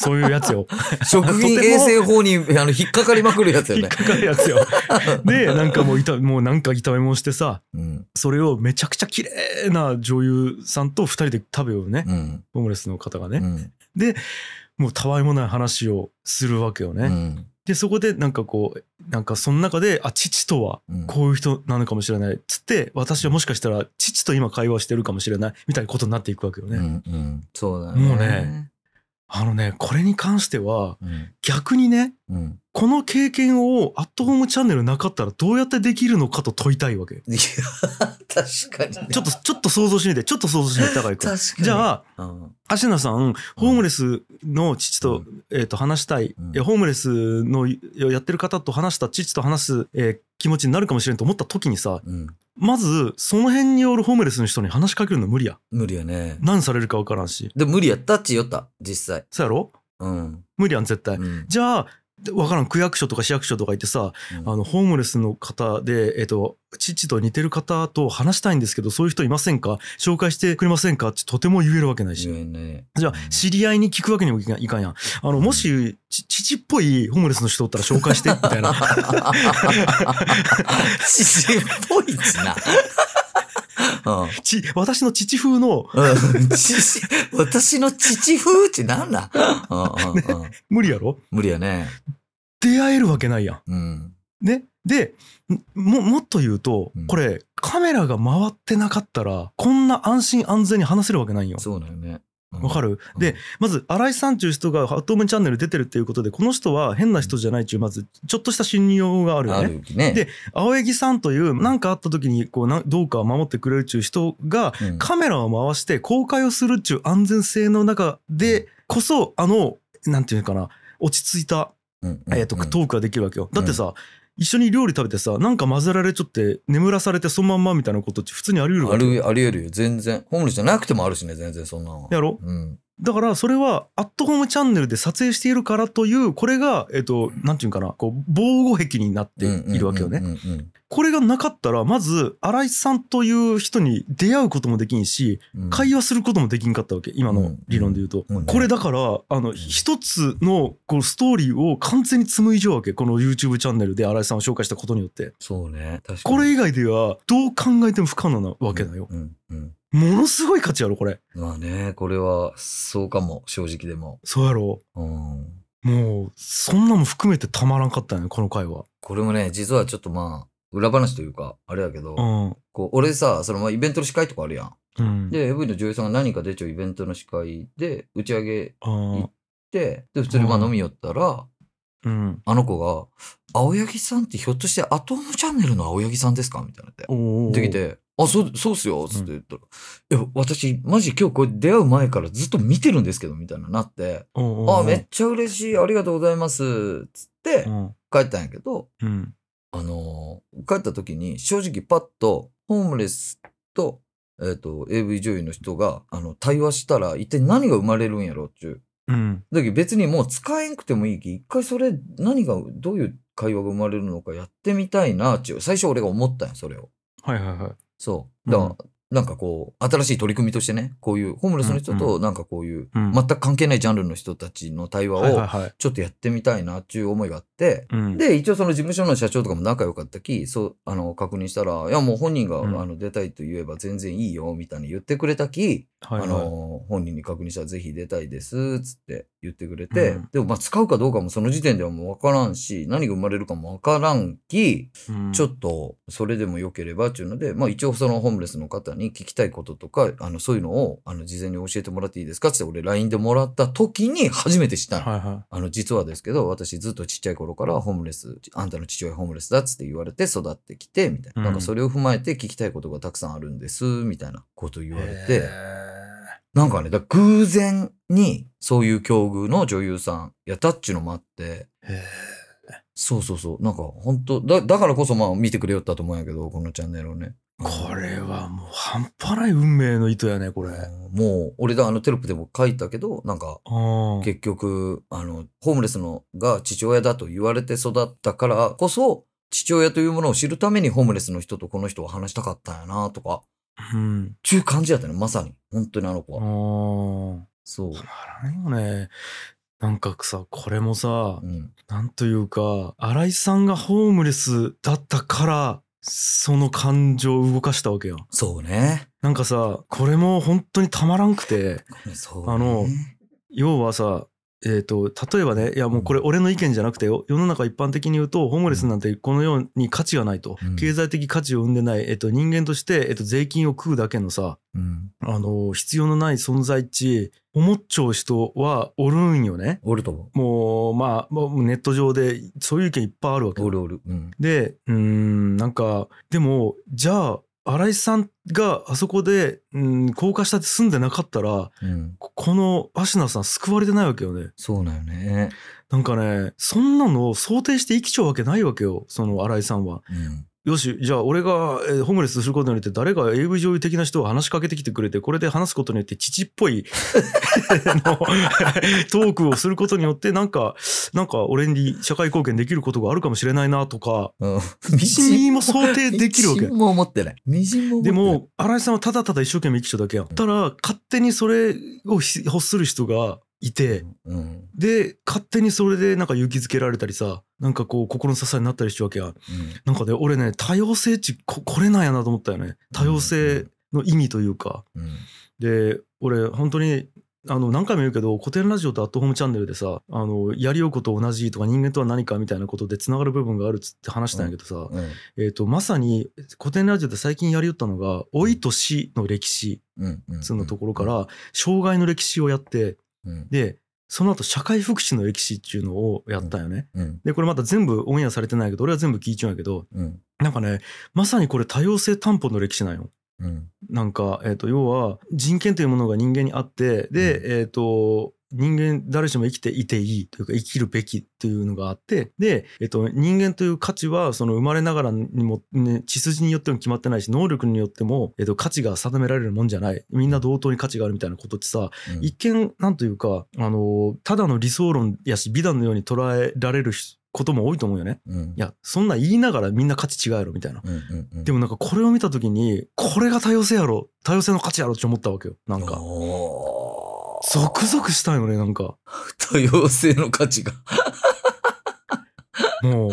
[SPEAKER 2] そういうや つよ
[SPEAKER 1] 食品衛生法にあの引っかかりまくるやつよ
[SPEAKER 2] 引
[SPEAKER 1] ね。
[SPEAKER 2] っかかるやつよ。でなんかもういたもうなんか炒め物してさ
[SPEAKER 1] うん
[SPEAKER 2] それをめちゃくちゃ綺麗な女優さんと2人で食べようね、
[SPEAKER 1] うん
[SPEAKER 2] ホームレスの方が
[SPEAKER 1] う
[SPEAKER 2] ね、
[SPEAKER 1] ん
[SPEAKER 2] もうたわいもない話をするわけよね。
[SPEAKER 1] うん
[SPEAKER 2] でそこでなんかこうなんかその中であ父とは
[SPEAKER 1] うん
[SPEAKER 2] こういう人なのかもしれないっつって私はもしかしたら父と今会話してるかもしれないみたいなことになっていくわけよね。
[SPEAKER 1] うんうんそうだね。
[SPEAKER 2] もうね。あのねこれに関しては
[SPEAKER 1] うん
[SPEAKER 2] 逆にね
[SPEAKER 1] うん。
[SPEAKER 2] この経験を「アットホームチャンネル」なかったらどうやってできるのかと問いたいわけ。
[SPEAKER 1] いや確かに。
[SPEAKER 2] ちょっとちょっと想像してみてちょっと想像してみて高 井
[SPEAKER 1] 確か
[SPEAKER 2] 君。
[SPEAKER 1] に。
[SPEAKER 2] じゃあ
[SPEAKER 1] あうん
[SPEAKER 2] アシナさんホームレスの父と,、えーと話したい,、
[SPEAKER 1] うん
[SPEAKER 2] いやホームレスのいやってる方と話した父と話す、えー気持ちになるかもしれんと思った時にさ
[SPEAKER 1] うん
[SPEAKER 2] まずその辺におるホームレスの人に話しかけるの無理や。
[SPEAKER 1] 無理よね。
[SPEAKER 2] 何されるか分からんし。
[SPEAKER 1] で無理やったっちよった実際。
[SPEAKER 2] そうやろ
[SPEAKER 1] うん
[SPEAKER 2] 無理やん、絶対。
[SPEAKER 1] うん
[SPEAKER 2] じゃあ、で分からん、区役所とか市役所とか行ってさ、
[SPEAKER 1] うん
[SPEAKER 2] あの、ホームレスの方で、えっと、父と似てる方と話したいんですけど、そういう人いませんか紹介してくれませんかってとても言えるわけないし。
[SPEAKER 1] 言え ね
[SPEAKER 2] じゃあ、知り合いに聞くわけにもいかんいかんやん。あの、もし、ち父っぽいホームレスの人おったら紹介して、みた いな。
[SPEAKER 1] 父っぽいちな。うん
[SPEAKER 2] ち、私の父風の、
[SPEAKER 1] うん父私の父風ってなんだ、うんうんうん、
[SPEAKER 2] 無理やろ
[SPEAKER 1] 無理やね。
[SPEAKER 2] 出会えるわけないやん。
[SPEAKER 1] うん。
[SPEAKER 2] ね、でんももっと言うと、
[SPEAKER 1] うん
[SPEAKER 2] これカメラが回ってなかったらこんな安心安全に話せるわけないんよ。
[SPEAKER 1] そうだよね。
[SPEAKER 2] わか
[SPEAKER 1] る。
[SPEAKER 2] る、
[SPEAKER 1] うん
[SPEAKER 2] でまず新井さんっていう人が「ハットームチャンネル」出てるっていうことでこの人は変な人じゃないっていうまずちょっとした信用があるよ
[SPEAKER 1] あ
[SPEAKER 2] ね。
[SPEAKER 1] るね。
[SPEAKER 2] で青柳さんという何かあった時にこうなんどうかを守ってくれるっていう人が
[SPEAKER 1] うん、
[SPEAKER 2] カメラを回して公開をするっていう安全性の中でこそあのなんていうのかな落ち着いた
[SPEAKER 1] うん
[SPEAKER 2] えー、とトークができるわけよ。だってさ、一緒に料理食べてさなんか混ぜられちゃって眠らされてそのまんまみたいなことって普通にあり得る
[SPEAKER 1] あ
[SPEAKER 2] わけ
[SPEAKER 1] るあり得るよ。全然。ホームレスじゃなくてもあるしね、全然そんなんは。
[SPEAKER 2] やろ
[SPEAKER 1] うん。
[SPEAKER 2] だからそれは「アットホームチャンネル」で撮影しているからというこれが、えー、となんていうんかなこう防護壁になっているわけよね。
[SPEAKER 1] うんうんうん
[SPEAKER 2] これがなかったらまず新井さんという人に出会うこともできんし
[SPEAKER 1] うんうん
[SPEAKER 2] 会話することもできんかったわけ今の理論で言うと、
[SPEAKER 1] うんうん
[SPEAKER 2] これだからあの一つのこうストーリーを完全に紡いじゃうわけこの YouTube チャンネルで新井さんを紹介したことによって。
[SPEAKER 1] そうね。確かに。
[SPEAKER 2] これ以外ではどう考えても不可能なわけだよ。
[SPEAKER 1] うんうん。
[SPEAKER 2] ものすごい価値やろ、これ。
[SPEAKER 1] まあね、これはそうかも、正直でも。
[SPEAKER 2] そうやろ。
[SPEAKER 1] うん。
[SPEAKER 2] もう、そんなも含めてたまらんかったよね、この回は。
[SPEAKER 1] これもね、実はちょっとまあ、裏話というか、あれやけど、
[SPEAKER 2] うん。
[SPEAKER 1] こう俺さ、そのまあイベントの司会とかあるやん。
[SPEAKER 2] うん。
[SPEAKER 1] で、AV の女優さんが何か出ちゃうイベントの司会で打ち上げ
[SPEAKER 2] あー
[SPEAKER 1] で、で、普通にまあ
[SPEAKER 2] うん
[SPEAKER 1] 飲み寄ったら、
[SPEAKER 2] うん。
[SPEAKER 1] あの子が、青柳さんってひょっとしてアトムチャンネルの青柳さんですかみたいなって。
[SPEAKER 2] おーおー。
[SPEAKER 1] できて、あ、そう、そうっすよ、つって言ったら、いや、私、マジ今日これ出会う前からずっと見てるんですけど、みたいななって、
[SPEAKER 2] おーおーおー。
[SPEAKER 1] あ、めっちゃ嬉しい、ありがとうございます、つって
[SPEAKER 2] うん。
[SPEAKER 1] 帰ったんやけど、
[SPEAKER 2] うん。
[SPEAKER 1] あのー帰った時に正直パッと、ホームレスと、えっ、と、AV 女優の人が、あの、対話したら、一体何が生まれるんやろっていう。
[SPEAKER 2] うん。
[SPEAKER 1] だけど別にもう使えんくてもいいき、一回それ、何が、どういう会話が生まれるのかやってみたいな、っていう。最初俺が思ったんよ、それを。
[SPEAKER 2] はいはいはい。
[SPEAKER 1] そう。だから、
[SPEAKER 2] うん
[SPEAKER 1] なんかこう、新しい取り組みとしてね、こういう、ホームレスの人
[SPEAKER 2] うん
[SPEAKER 1] と、なんかこういう、
[SPEAKER 2] うん。
[SPEAKER 1] 全く関係ないジャンルの人たちの対
[SPEAKER 2] はいはい
[SPEAKER 1] 話を、
[SPEAKER 2] はい。
[SPEAKER 1] ちょっとやってみたいな、っていう思いがあって、
[SPEAKER 2] うん。
[SPEAKER 1] で、一応その事務所の社長とかも仲良かったき、そう、あの、確認したら、いやもう本人が、
[SPEAKER 2] うん
[SPEAKER 1] あの、出たいと言えば全然いいよ、みたいに言ってくれたき、
[SPEAKER 2] はいはい、
[SPEAKER 1] あの、本人に確認したらぜひ出たいです、つって言ってくれて、
[SPEAKER 2] うん
[SPEAKER 1] でもまあ使うかどうかもその時点ではもうわからんし、何が生まれるかもわからんき、
[SPEAKER 2] うん
[SPEAKER 1] ちょっと、それでも良ければっていうので、まあ一応そのホームレスの方に聞きたいこととか、あの、そういうのを、あの、事前に教えてもらっていいですかっつって俺 LINE でもらった時に初めて知ったの。
[SPEAKER 2] はいは
[SPEAKER 1] あの、実はですけど、私ずっとちっちゃい頃からホームレス、あんたの父親ホームレスだっつって言われて育ってきて、みたいな。
[SPEAKER 2] うん
[SPEAKER 1] なんかそれを踏まえて聞きたいことがたくさんあるんです、みたいなことを
[SPEAKER 2] い。
[SPEAKER 1] 言われ
[SPEAKER 2] へ
[SPEAKER 1] て、なんかね、だから偶然にそういう境遇の女優さんやったっちゅうのもあって、
[SPEAKER 2] ー。へ
[SPEAKER 1] そうそうそう、なんか本当だ、だからこそまあ見てくれよったと思うんやけど、このチャンネルをね。
[SPEAKER 2] ーこれはもう半端ない運命の糸やね、これ。あ
[SPEAKER 1] うんもう、俺だ、あのテロップでも書いたけど、なんか、
[SPEAKER 2] ー
[SPEAKER 1] 結局、あの、ホームレスのが父親だと言われて育ったからこそ、父親というものを知るためにホームレスの人とこの人は話したかったんやなとか、
[SPEAKER 2] うん。
[SPEAKER 1] ちゅう感じやったね、まさに。本当にあの子
[SPEAKER 2] あ
[SPEAKER 1] は。
[SPEAKER 2] ー。
[SPEAKER 1] そう。
[SPEAKER 2] たまらんよね。なんかさ、これもさ
[SPEAKER 1] う、ん。
[SPEAKER 2] なんというか、新井さんがホームレスだったから、その感情を動かしたわけよ。
[SPEAKER 1] そうね。
[SPEAKER 2] なんかさ、これも本当にたまらんくて、
[SPEAKER 1] そうね
[SPEAKER 2] あの要はさ、えっと例えばねいやもうこれ俺の意見じゃなくてよ世の中一般的に言うとホームレスなんてこのように価値がないと、
[SPEAKER 1] うん
[SPEAKER 2] 経済的価値を生んでない、えっと人間として、えっと税金を食うだけのさ
[SPEAKER 1] うん。
[SPEAKER 2] あの必要のない存在値思っちゃう人はおるんよね。
[SPEAKER 1] おると思
[SPEAKER 2] もうまあもうネット上でそういう意見いっぱいあるわけ
[SPEAKER 1] う。おるおる。うん。
[SPEAKER 2] でうーんなんかでもじゃあ新井さんがあそこで、うん、高架下で住んでなかったら
[SPEAKER 1] うん。
[SPEAKER 2] ここの芦名さん救われてないわけよね。
[SPEAKER 1] そうなんよね。
[SPEAKER 2] なんかねそんなのを想定して生きちゃうわけないわけよその新井さんは。
[SPEAKER 1] うん。
[SPEAKER 2] よしじゃあ俺が、えーホームレスすることによって誰が AV 女優的な人が話しかけてきてくれてこれで話すことによって父っぽい あの トークをすることによってなんかなんか俺に社会貢献できることがあるかもしれないなとか
[SPEAKER 1] うん。
[SPEAKER 2] 微塵も想定できるわけ
[SPEAKER 1] 微塵も思ってない。微塵も思って
[SPEAKER 2] で
[SPEAKER 1] ない。
[SPEAKER 2] も新井さんはただただ一生懸命生きちゃうだけやん。たら勝手にそれをひ欲する人がいて。
[SPEAKER 1] うん、
[SPEAKER 2] で勝手にそれでなんか勇気づけられたりさなんかこう心の支えになったりしてるわけやんなんかね俺ね多様性値ここれなんやなと思ったよね多様性の意味というか、
[SPEAKER 1] うん。うん。
[SPEAKER 2] で俺本当にあの何回も言うけど古典ラジオとアットホームチャンネルでさあのやりようこと同じとか人間とは何かみたいなことでつながる部分があるっつって話したんやけどさ、
[SPEAKER 1] うん。
[SPEAKER 2] えー、とまさに古典ラジオで最近やりよったのが老いと死の歴史
[SPEAKER 1] うん。うん。
[SPEAKER 2] つうのところか、ら障害の歴史をやって
[SPEAKER 1] うん。
[SPEAKER 2] でその後社会福祉の歴史っていうのをやったんよね。
[SPEAKER 1] うん。
[SPEAKER 2] でこれまだ全部オンエアされてないけど俺は全部聞いちゃうんやけど
[SPEAKER 1] うん。
[SPEAKER 2] なんかねまさにこれ多様性担保の歴史なんよ。
[SPEAKER 1] うん。
[SPEAKER 2] なんか、えー、と要は人権というものが人間にあってで、
[SPEAKER 1] う
[SPEAKER 2] えっ、と人間誰しも生きていていいというか生きるべきというのがあってで、えっと人間という価値はその生まれながらにも、ね、血筋によっても決まってないし能力によっても、えっと価値が定められるもんじゃないみんな同等に価値があるみたいなことってさ
[SPEAKER 1] うん
[SPEAKER 2] 一見なんというかあのただの理想論やし美談のように捉えられるしことも多いと思うよね。
[SPEAKER 1] うん
[SPEAKER 2] いやそんなん言いながらみんな価値違うやろみたいな。
[SPEAKER 1] うんうんうん、
[SPEAKER 2] でもなんかこれを見た時にこれが多様性やろ多様性の価値やろって思ったわけよなんか
[SPEAKER 1] おー
[SPEAKER 2] ゾクゾクしたよねなんか
[SPEAKER 1] 多様性の価値が。
[SPEAKER 2] もう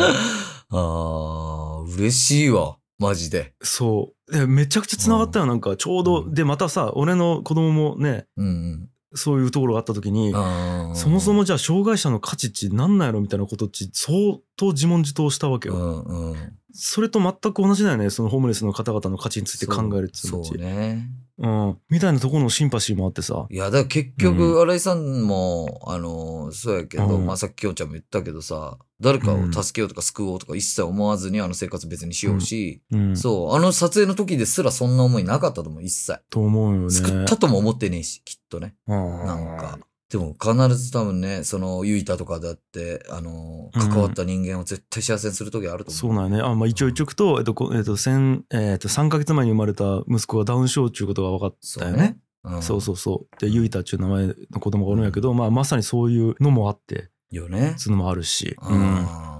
[SPEAKER 1] あー、嬉しいわ。マジで。
[SPEAKER 2] そうでめちゃくちゃつながったよなんかちょうど
[SPEAKER 1] うん
[SPEAKER 2] でまたさ俺の子供もね
[SPEAKER 1] うん
[SPEAKER 2] そういうところがあった時に
[SPEAKER 1] うん。あー
[SPEAKER 2] そもそも、じゃあ障害者の価値って何なんやろみたいなことっち相当自問自答したわけ
[SPEAKER 1] う
[SPEAKER 2] よ、
[SPEAKER 1] んうん。
[SPEAKER 2] それと全く同じだよねそのホームレスの方々の価値について考えるっていう
[SPEAKER 1] そ
[SPEAKER 2] の
[SPEAKER 1] う
[SPEAKER 2] ち
[SPEAKER 1] そうね。
[SPEAKER 2] うん、みたいなところのシンパシーもあってさ、
[SPEAKER 1] いや、だから結局、新井さんも、あの、そうやけど、
[SPEAKER 2] うん
[SPEAKER 1] まあさっききょうちゃんも言ったけどさ、誰かを助けようとか救おうとか一切思わずにあの生活別にしようし、
[SPEAKER 2] うん、
[SPEAKER 1] そう、あの撮影の時ですらそんな思いなかったと思う、一切。
[SPEAKER 2] と思うよね。
[SPEAKER 1] 救ったとも思ってねえし、きっとね。
[SPEAKER 2] な
[SPEAKER 1] なんか。。でも必ず多分ね、その、ゆいたとかだって、あの、
[SPEAKER 2] うん
[SPEAKER 1] 関わった人間を絶対幸せにする時あると
[SPEAKER 2] そ
[SPEAKER 1] 思う。
[SPEAKER 2] うなんよね。あまあ、一応一応と、えっと、こえっと、先えっと、3ヶ月前に生まれた息子がダウン症っていうことが分かったよね。。
[SPEAKER 1] うん、
[SPEAKER 2] そうそうそう。で、ゆいたっていう名前の子供がおるんやけど、まあ、まさにそういうのもあって、
[SPEAKER 1] う。よね。
[SPEAKER 2] そういうのもあるし。うん
[SPEAKER 1] あ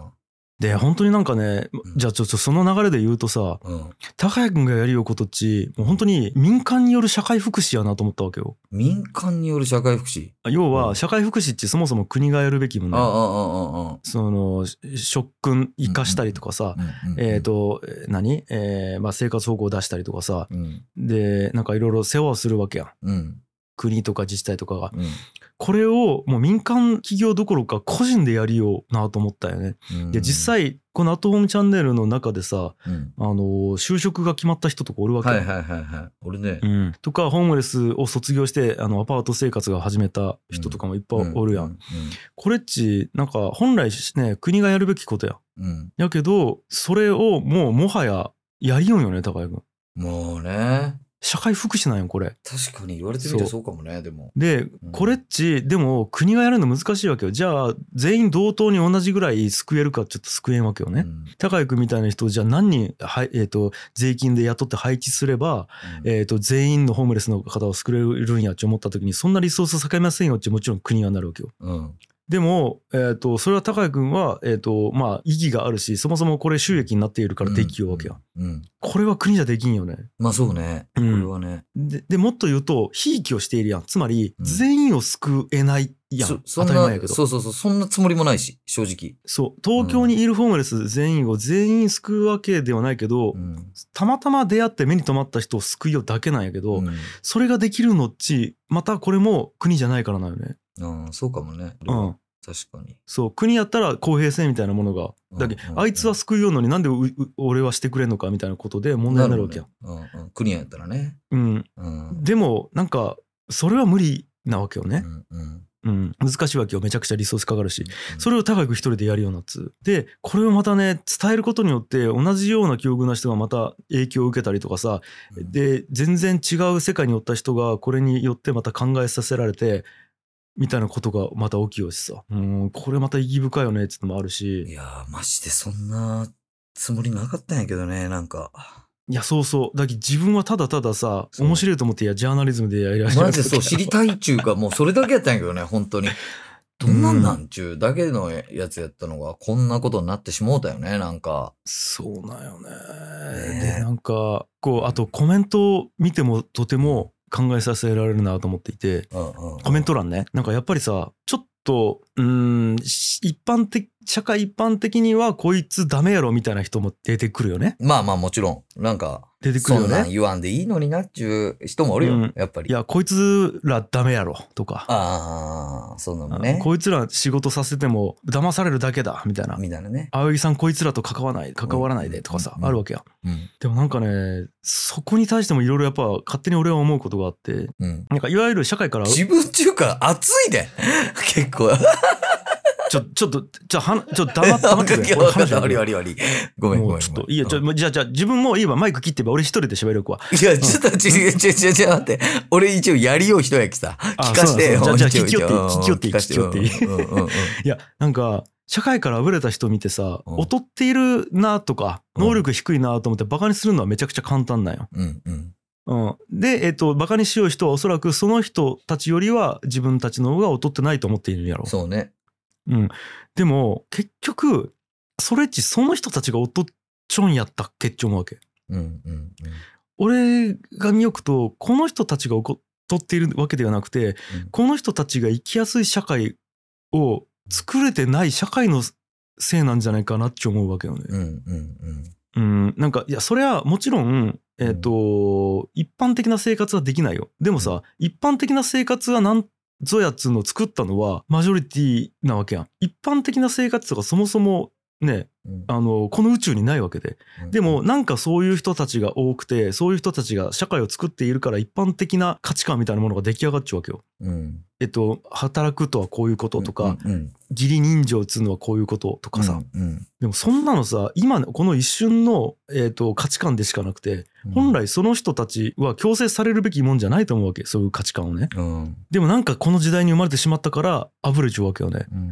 [SPEAKER 2] で、本当になんかね、じゃあちょっとその流れで言うとさ、
[SPEAKER 1] ーうん。
[SPEAKER 2] 高谷君がやるようことっち、もう本当に民間による社会福祉やなと思ったわけよ。
[SPEAKER 1] 民間による社会福祉。
[SPEAKER 2] 要
[SPEAKER 1] う
[SPEAKER 2] は、
[SPEAKER 1] ん
[SPEAKER 2] 社会福祉ってそもそも国がやるべきも
[SPEAKER 1] ああ、ああ、あ
[SPEAKER 2] の、
[SPEAKER 1] あ、ああ
[SPEAKER 2] その、職訓生かしたりとかさ、
[SPEAKER 1] うんうんうん
[SPEAKER 2] えー、、と、えー何えーまあ、生活保護を出したりとかさ、
[SPEAKER 1] うん、
[SPEAKER 2] で、なんかいろいろ世話をするわけやん。
[SPEAKER 1] うん、
[SPEAKER 2] 国とか自治体とかが。
[SPEAKER 1] うん
[SPEAKER 2] これをもう民間企業どころか個人でやりようなと思ったよね。
[SPEAKER 1] うん。
[SPEAKER 2] で、実際、このアットホームチャンネルの中でさ、
[SPEAKER 1] うん、
[SPEAKER 2] あのー就職が決まった人とかおるわけ
[SPEAKER 1] は
[SPEAKER 2] や
[SPEAKER 1] い
[SPEAKER 2] ん。
[SPEAKER 1] はいはいはい。俺ね
[SPEAKER 2] う、ん、とかホームレスを卒業してあのアパート生活が始めた人とかもいっぱいおるやん、
[SPEAKER 1] うん。
[SPEAKER 2] これっちなんか本来ね国がやるべきことや
[SPEAKER 1] うんうん
[SPEAKER 2] やけどそれをもうもはややりよんよね高井君
[SPEAKER 1] もうね、
[SPEAKER 2] 社会福祉なんよこれ
[SPEAKER 1] 確かに言われてみてそうかもね、でも。
[SPEAKER 2] で
[SPEAKER 1] ん
[SPEAKER 2] これっちでも国がやるの難しいわけよじゃあ全員同等に同じぐらい救えるかちょっと救えんわけよね、
[SPEAKER 1] うん
[SPEAKER 2] 高井君みたいな人をじゃあ何人、はいえー、と税金で雇って配置すれば、
[SPEAKER 1] うん
[SPEAKER 2] えー、と全員のホームレスの方を救えるんやって思った時にそんなリソース避けませんよってもちろん国がなるわけよ
[SPEAKER 1] うん。
[SPEAKER 2] でも、えー、とそれは高井君は、えーとまあ、意義があるしそもそもこれ収益になっているからできようわけよ、
[SPEAKER 1] うん。うん。
[SPEAKER 2] これは国じゃできんよね
[SPEAKER 1] まあそうね。こ
[SPEAKER 2] うん
[SPEAKER 1] れはね。
[SPEAKER 2] ででもっと言うとひいきをしているやんつまり
[SPEAKER 1] うん
[SPEAKER 2] 全員を救えないやん、
[SPEAKER 1] そそ
[SPEAKER 2] 当
[SPEAKER 1] ん
[SPEAKER 2] たり前やけ
[SPEAKER 1] な、
[SPEAKER 2] ど
[SPEAKER 1] そうそうそう、そんなつもりもないし、正直。
[SPEAKER 2] そう東京にいるホームレス全員を全員救うわけではないけど、
[SPEAKER 1] うん。
[SPEAKER 2] たまたま出会って目に留まった人を救いようだけなんやけど、
[SPEAKER 1] うん
[SPEAKER 2] それができるのっちまたこれも国じゃないからなよね、
[SPEAKER 1] うん、そうかもね。
[SPEAKER 2] うん、
[SPEAKER 1] 確かに。
[SPEAKER 2] そう国やったら公平性みたいなものがだけ、
[SPEAKER 1] うんうんうん
[SPEAKER 2] あいつは救いようのになんでうう俺はしてくれんのかみたいなことで問題になるわけや、
[SPEAKER 1] なるほどねうんうん。国やったらね。
[SPEAKER 2] うん、
[SPEAKER 1] うん。
[SPEAKER 2] でもなんかそれは無理なわけよ
[SPEAKER 1] う
[SPEAKER 2] ね、
[SPEAKER 1] んうん。
[SPEAKER 2] うん、難しいわけよめちゃくちゃリソースかかるし それを高く一人でやるようなっつうでこれをまたね伝えることによって同じような境遇な人がまた影響を受けたりとかさ
[SPEAKER 1] うん、
[SPEAKER 2] で全然違う世界におった人がこれによってまた考えさせられてみたいなことがまた起きようしさうんこれまた意義深いよねっつうのもある
[SPEAKER 1] い
[SPEAKER 2] し
[SPEAKER 1] やー、マジでそんなつもりなかったんやけどね、なん か。
[SPEAKER 2] いやそうそうだけど自分はただたださ
[SPEAKER 1] そう
[SPEAKER 2] 面白いと思っていやジャーナリズムでやり始めた
[SPEAKER 1] マジでそう、知りたいっちゅうか、もうそれだけやったんやけどね、本当に。どんなんなんちゅうだけのやつやったのが、こんなことになってしもうたよね、なんか。
[SPEAKER 2] そうなんよね
[SPEAKER 1] ねえ
[SPEAKER 2] でなんかこうあとコメントを見てもとても考えさせられるなと思っていて
[SPEAKER 1] うんうんうん
[SPEAKER 2] コメント欄ねなんかやっぱりさちょっとうーんし一般的社会一般的にはこいつダメやろみたいな人も出てくるよね
[SPEAKER 1] まあまあもちろん、なんか、
[SPEAKER 2] 出てくる
[SPEAKER 1] そ
[SPEAKER 2] よ
[SPEAKER 1] んなん
[SPEAKER 2] ね
[SPEAKER 1] 言わんでいいのになっちゅう人もおるよ、
[SPEAKER 2] うん
[SPEAKER 1] やっぱり。
[SPEAKER 2] いやこいつらダメやろとか
[SPEAKER 1] ああ、そんなのね。
[SPEAKER 2] こいつら仕事させても騙されるだけだみたいな
[SPEAKER 1] みたいなね。
[SPEAKER 2] 青柳さんこいつらと関わらない関わらないでとかさ
[SPEAKER 1] うん
[SPEAKER 2] あるわけや
[SPEAKER 1] うん。
[SPEAKER 2] でもなんかねそこに対してもいろいろやっぱ勝手に俺は思うことがあって
[SPEAKER 1] うん。
[SPEAKER 2] なんかいわゆる社会から
[SPEAKER 1] 自分ちゅうか、熱いで。結構。
[SPEAKER 2] ちょちょっとちょはなちょっと黙って黙っ てくれ俺
[SPEAKER 1] わかっ
[SPEAKER 2] 話し
[SPEAKER 1] た
[SPEAKER 2] てる
[SPEAKER 1] ありありあり。ごめんごめんごめ。
[SPEAKER 2] もうんちょっといいやちょもうじゃあじゃあ自分も言えばマイク切ってば俺一人で喋るわ
[SPEAKER 1] いや、ちょっと、ちょ、ちょ、ちょ、ちょ、ちょ、待って。俺一応やりよう人やきさ。聞かしてよ。
[SPEAKER 2] そうなんです
[SPEAKER 1] 一応
[SPEAKER 2] じゃあじゃあ聞きよっていい
[SPEAKER 1] 一応
[SPEAKER 2] 聞きよっていい
[SPEAKER 1] 聞かしてようんうんうん
[SPEAKER 2] いやなんか社会からあぶれた人見てさ、
[SPEAKER 1] うん
[SPEAKER 2] 劣っているなとか
[SPEAKER 1] うん
[SPEAKER 2] 能力低いなと思ってバカにするのはめちゃくちゃ簡単なんよ。
[SPEAKER 1] うんうん
[SPEAKER 2] うん、で、えっとバカにしよう人はおそらくその人たちよりは自分たちの方が劣ってないと思っているんやろ。
[SPEAKER 1] そうね。
[SPEAKER 2] うん、でも結局それっちその人たちが劣っちょんやったっけって思うわけ。
[SPEAKER 1] うんうんうん。
[SPEAKER 2] 俺が見よくとこの人たちが劣っているわけではなくて、
[SPEAKER 1] うん
[SPEAKER 2] この人たちが生きやすい社会を作れてない社会のせいなんじゃないかなって思うわけよね。
[SPEAKER 1] うんうんうん。
[SPEAKER 2] うん、なんかいやそれはもちろん、えーと一般的な生活はできないよでもさ、
[SPEAKER 1] うん
[SPEAKER 2] 一般的な生活がなんぞやっつうのを作ったのはマジョリティなわけやん一般的な生活とかそもそもね、
[SPEAKER 1] うん
[SPEAKER 2] あの、この宇宙にないわけで。でも、、なんかそういう人たちが多くて、そういう人たちが社会を作っているから一般的な価値観みたいなものが出来上がっちゃうわけよ。
[SPEAKER 1] うん、
[SPEAKER 2] えっと、働くとはこういうこととか、
[SPEAKER 1] うんうん、
[SPEAKER 2] 義理人情っつうのはこういうこととかさ、
[SPEAKER 1] うんうん
[SPEAKER 2] でもそんなのさ今のこの一瞬の、えー、と価値観でしかなくて
[SPEAKER 1] うん
[SPEAKER 2] 本来その人たちは強制されるべきもんじゃないと思うわけそういう価値観をね
[SPEAKER 1] うん
[SPEAKER 2] でもなんかこの時代に生まれてしまったからあぶれちゃうわけよね
[SPEAKER 1] うん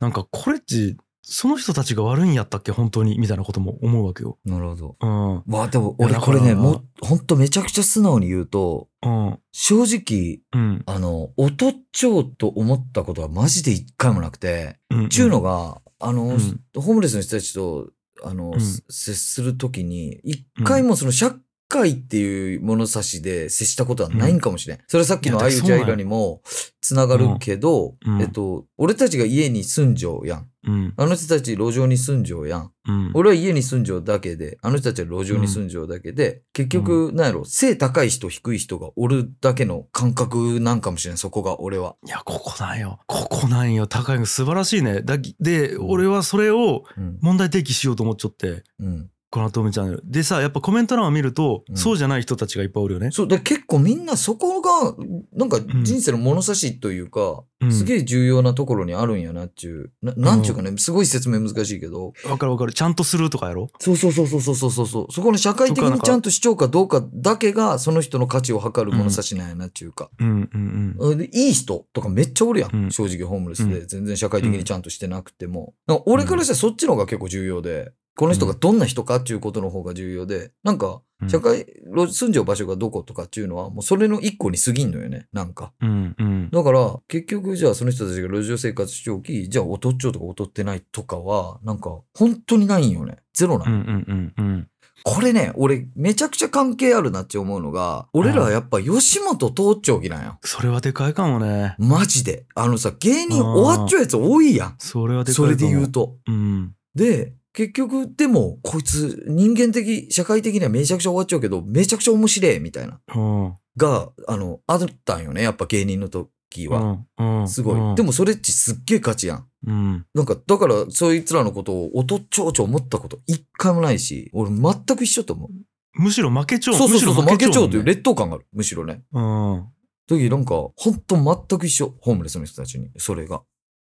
[SPEAKER 2] なんかこれっちその人たちが悪いんやったっけ本当にみたいなことも思うわけよ
[SPEAKER 1] なるほど。
[SPEAKER 2] うん
[SPEAKER 1] わあでも
[SPEAKER 2] いや
[SPEAKER 1] 俺
[SPEAKER 2] だ
[SPEAKER 1] こ
[SPEAKER 2] から
[SPEAKER 1] れねもうほんとめちゃくちゃ素直に言うと
[SPEAKER 2] うん
[SPEAKER 1] 正直
[SPEAKER 2] うん
[SPEAKER 1] あの劣っちゃうと思ったことはマジで一回もなくて
[SPEAKER 2] うん
[SPEAKER 1] ちゅうのがあの、
[SPEAKER 2] うん
[SPEAKER 1] ホームレスの人たちとあの、
[SPEAKER 2] うん
[SPEAKER 1] す接するときに一回もその社会っていう物差しで接したことはないんかもしれん、それはさっきの「
[SPEAKER 2] いや
[SPEAKER 1] あ
[SPEAKER 2] だ
[SPEAKER 1] い
[SPEAKER 2] から
[SPEAKER 1] う
[SPEAKER 2] そう
[SPEAKER 1] ジャ
[SPEAKER 2] なんよ
[SPEAKER 1] イラ」にもつながるけど、
[SPEAKER 2] うんうん
[SPEAKER 1] えっと、俺たちが家に住んじょうやん
[SPEAKER 2] うん
[SPEAKER 1] あの人たち路上に住んじょうやん
[SPEAKER 2] うん
[SPEAKER 1] 俺は家に住んじょうだけで、あの人たちは路上に住んじょうだけで、結局、なんやろ、背高い人、低い人がおるだけの感覚なんかもしれん、そこが俺は。
[SPEAKER 2] いやここなんよここなんよ高いの素晴らしいねだで
[SPEAKER 1] うん
[SPEAKER 2] 俺はそれを
[SPEAKER 1] うん。
[SPEAKER 2] 問題提起しようと思っちゃって
[SPEAKER 1] うん、
[SPEAKER 2] このアトムチャンネルでさやっぱコメント欄を見ると、
[SPEAKER 1] うん
[SPEAKER 2] そうじゃない人たちがいっぱいおるよね
[SPEAKER 1] そう、で結構みんなそこが、なんか
[SPEAKER 2] ん
[SPEAKER 1] 人生の物差しというか、
[SPEAKER 2] うん
[SPEAKER 1] すげえ重要なところにあるんやなっていう、ななんちゅうかね、すごい説明難しいけど、
[SPEAKER 2] わかるわかるちゃんとするとかやろ
[SPEAKER 1] そうそうそうそうそうそうそうそう、そこの社会的
[SPEAKER 2] とかなん
[SPEAKER 1] に
[SPEAKER 2] か
[SPEAKER 1] ちゃんとしちゃうかどうかだけが、その人の価値を測る物差しなんやなっていうか。
[SPEAKER 2] うんうん
[SPEAKER 1] うんでいい人とかめっちゃおるやん、
[SPEAKER 2] うん
[SPEAKER 1] 正直ホームレス
[SPEAKER 2] う
[SPEAKER 1] で全然社会的にちゃんとしてなくても、なんか俺からしたらそっちの方が結構重要でこの人がどんな人かっていうことの方が重要でなんか
[SPEAKER 2] うん
[SPEAKER 1] 社会、路住んじゃう場所がどことかっていうのはもうそれの一個に過ぎんのよねなんか
[SPEAKER 2] うんうん
[SPEAKER 1] だから結局じゃあその人たちが路上生活しておきじゃあ劣っちゃうとか劣ってないとかはなんか本当にないんよねゼロなの
[SPEAKER 2] うんうんうんうん
[SPEAKER 1] これね俺めちゃくちゃ関係あるなって思うのが俺らはやっぱ吉本通っちゃうきなんよ
[SPEAKER 2] それはでかいかもね
[SPEAKER 1] マジで。あのさ、芸人終わっちゃうやつ多いやん。
[SPEAKER 2] それはでかいか
[SPEAKER 1] そ
[SPEAKER 2] も
[SPEAKER 1] れで言うと。
[SPEAKER 2] うん
[SPEAKER 1] で、結局、でも、こいつ、人間的、社会的にはめちゃくちゃ終わっちゃうけど、めちゃくちゃ面白いみたいな。
[SPEAKER 2] うん
[SPEAKER 1] が、あの、あったんよね。やっぱ芸人の時は。
[SPEAKER 2] うんうん
[SPEAKER 1] すご
[SPEAKER 2] う
[SPEAKER 1] い。
[SPEAKER 2] ん
[SPEAKER 1] でもそれっちすっげえ価値やん。
[SPEAKER 2] うん
[SPEAKER 1] なんか、だから、そいつらのことを、おとっちょうちょ思ったこと、一回もないし、俺全く一緒と思う。
[SPEAKER 2] むしろ負けちゃう
[SPEAKER 1] そうそうそうそう、
[SPEAKER 2] むしろ
[SPEAKER 1] 負けちゃうという
[SPEAKER 2] ね
[SPEAKER 1] 劣等感がある。むしろね。
[SPEAKER 2] うん
[SPEAKER 1] 時なんか、ほんと全く一緒。ホームレスの人たちに、それが。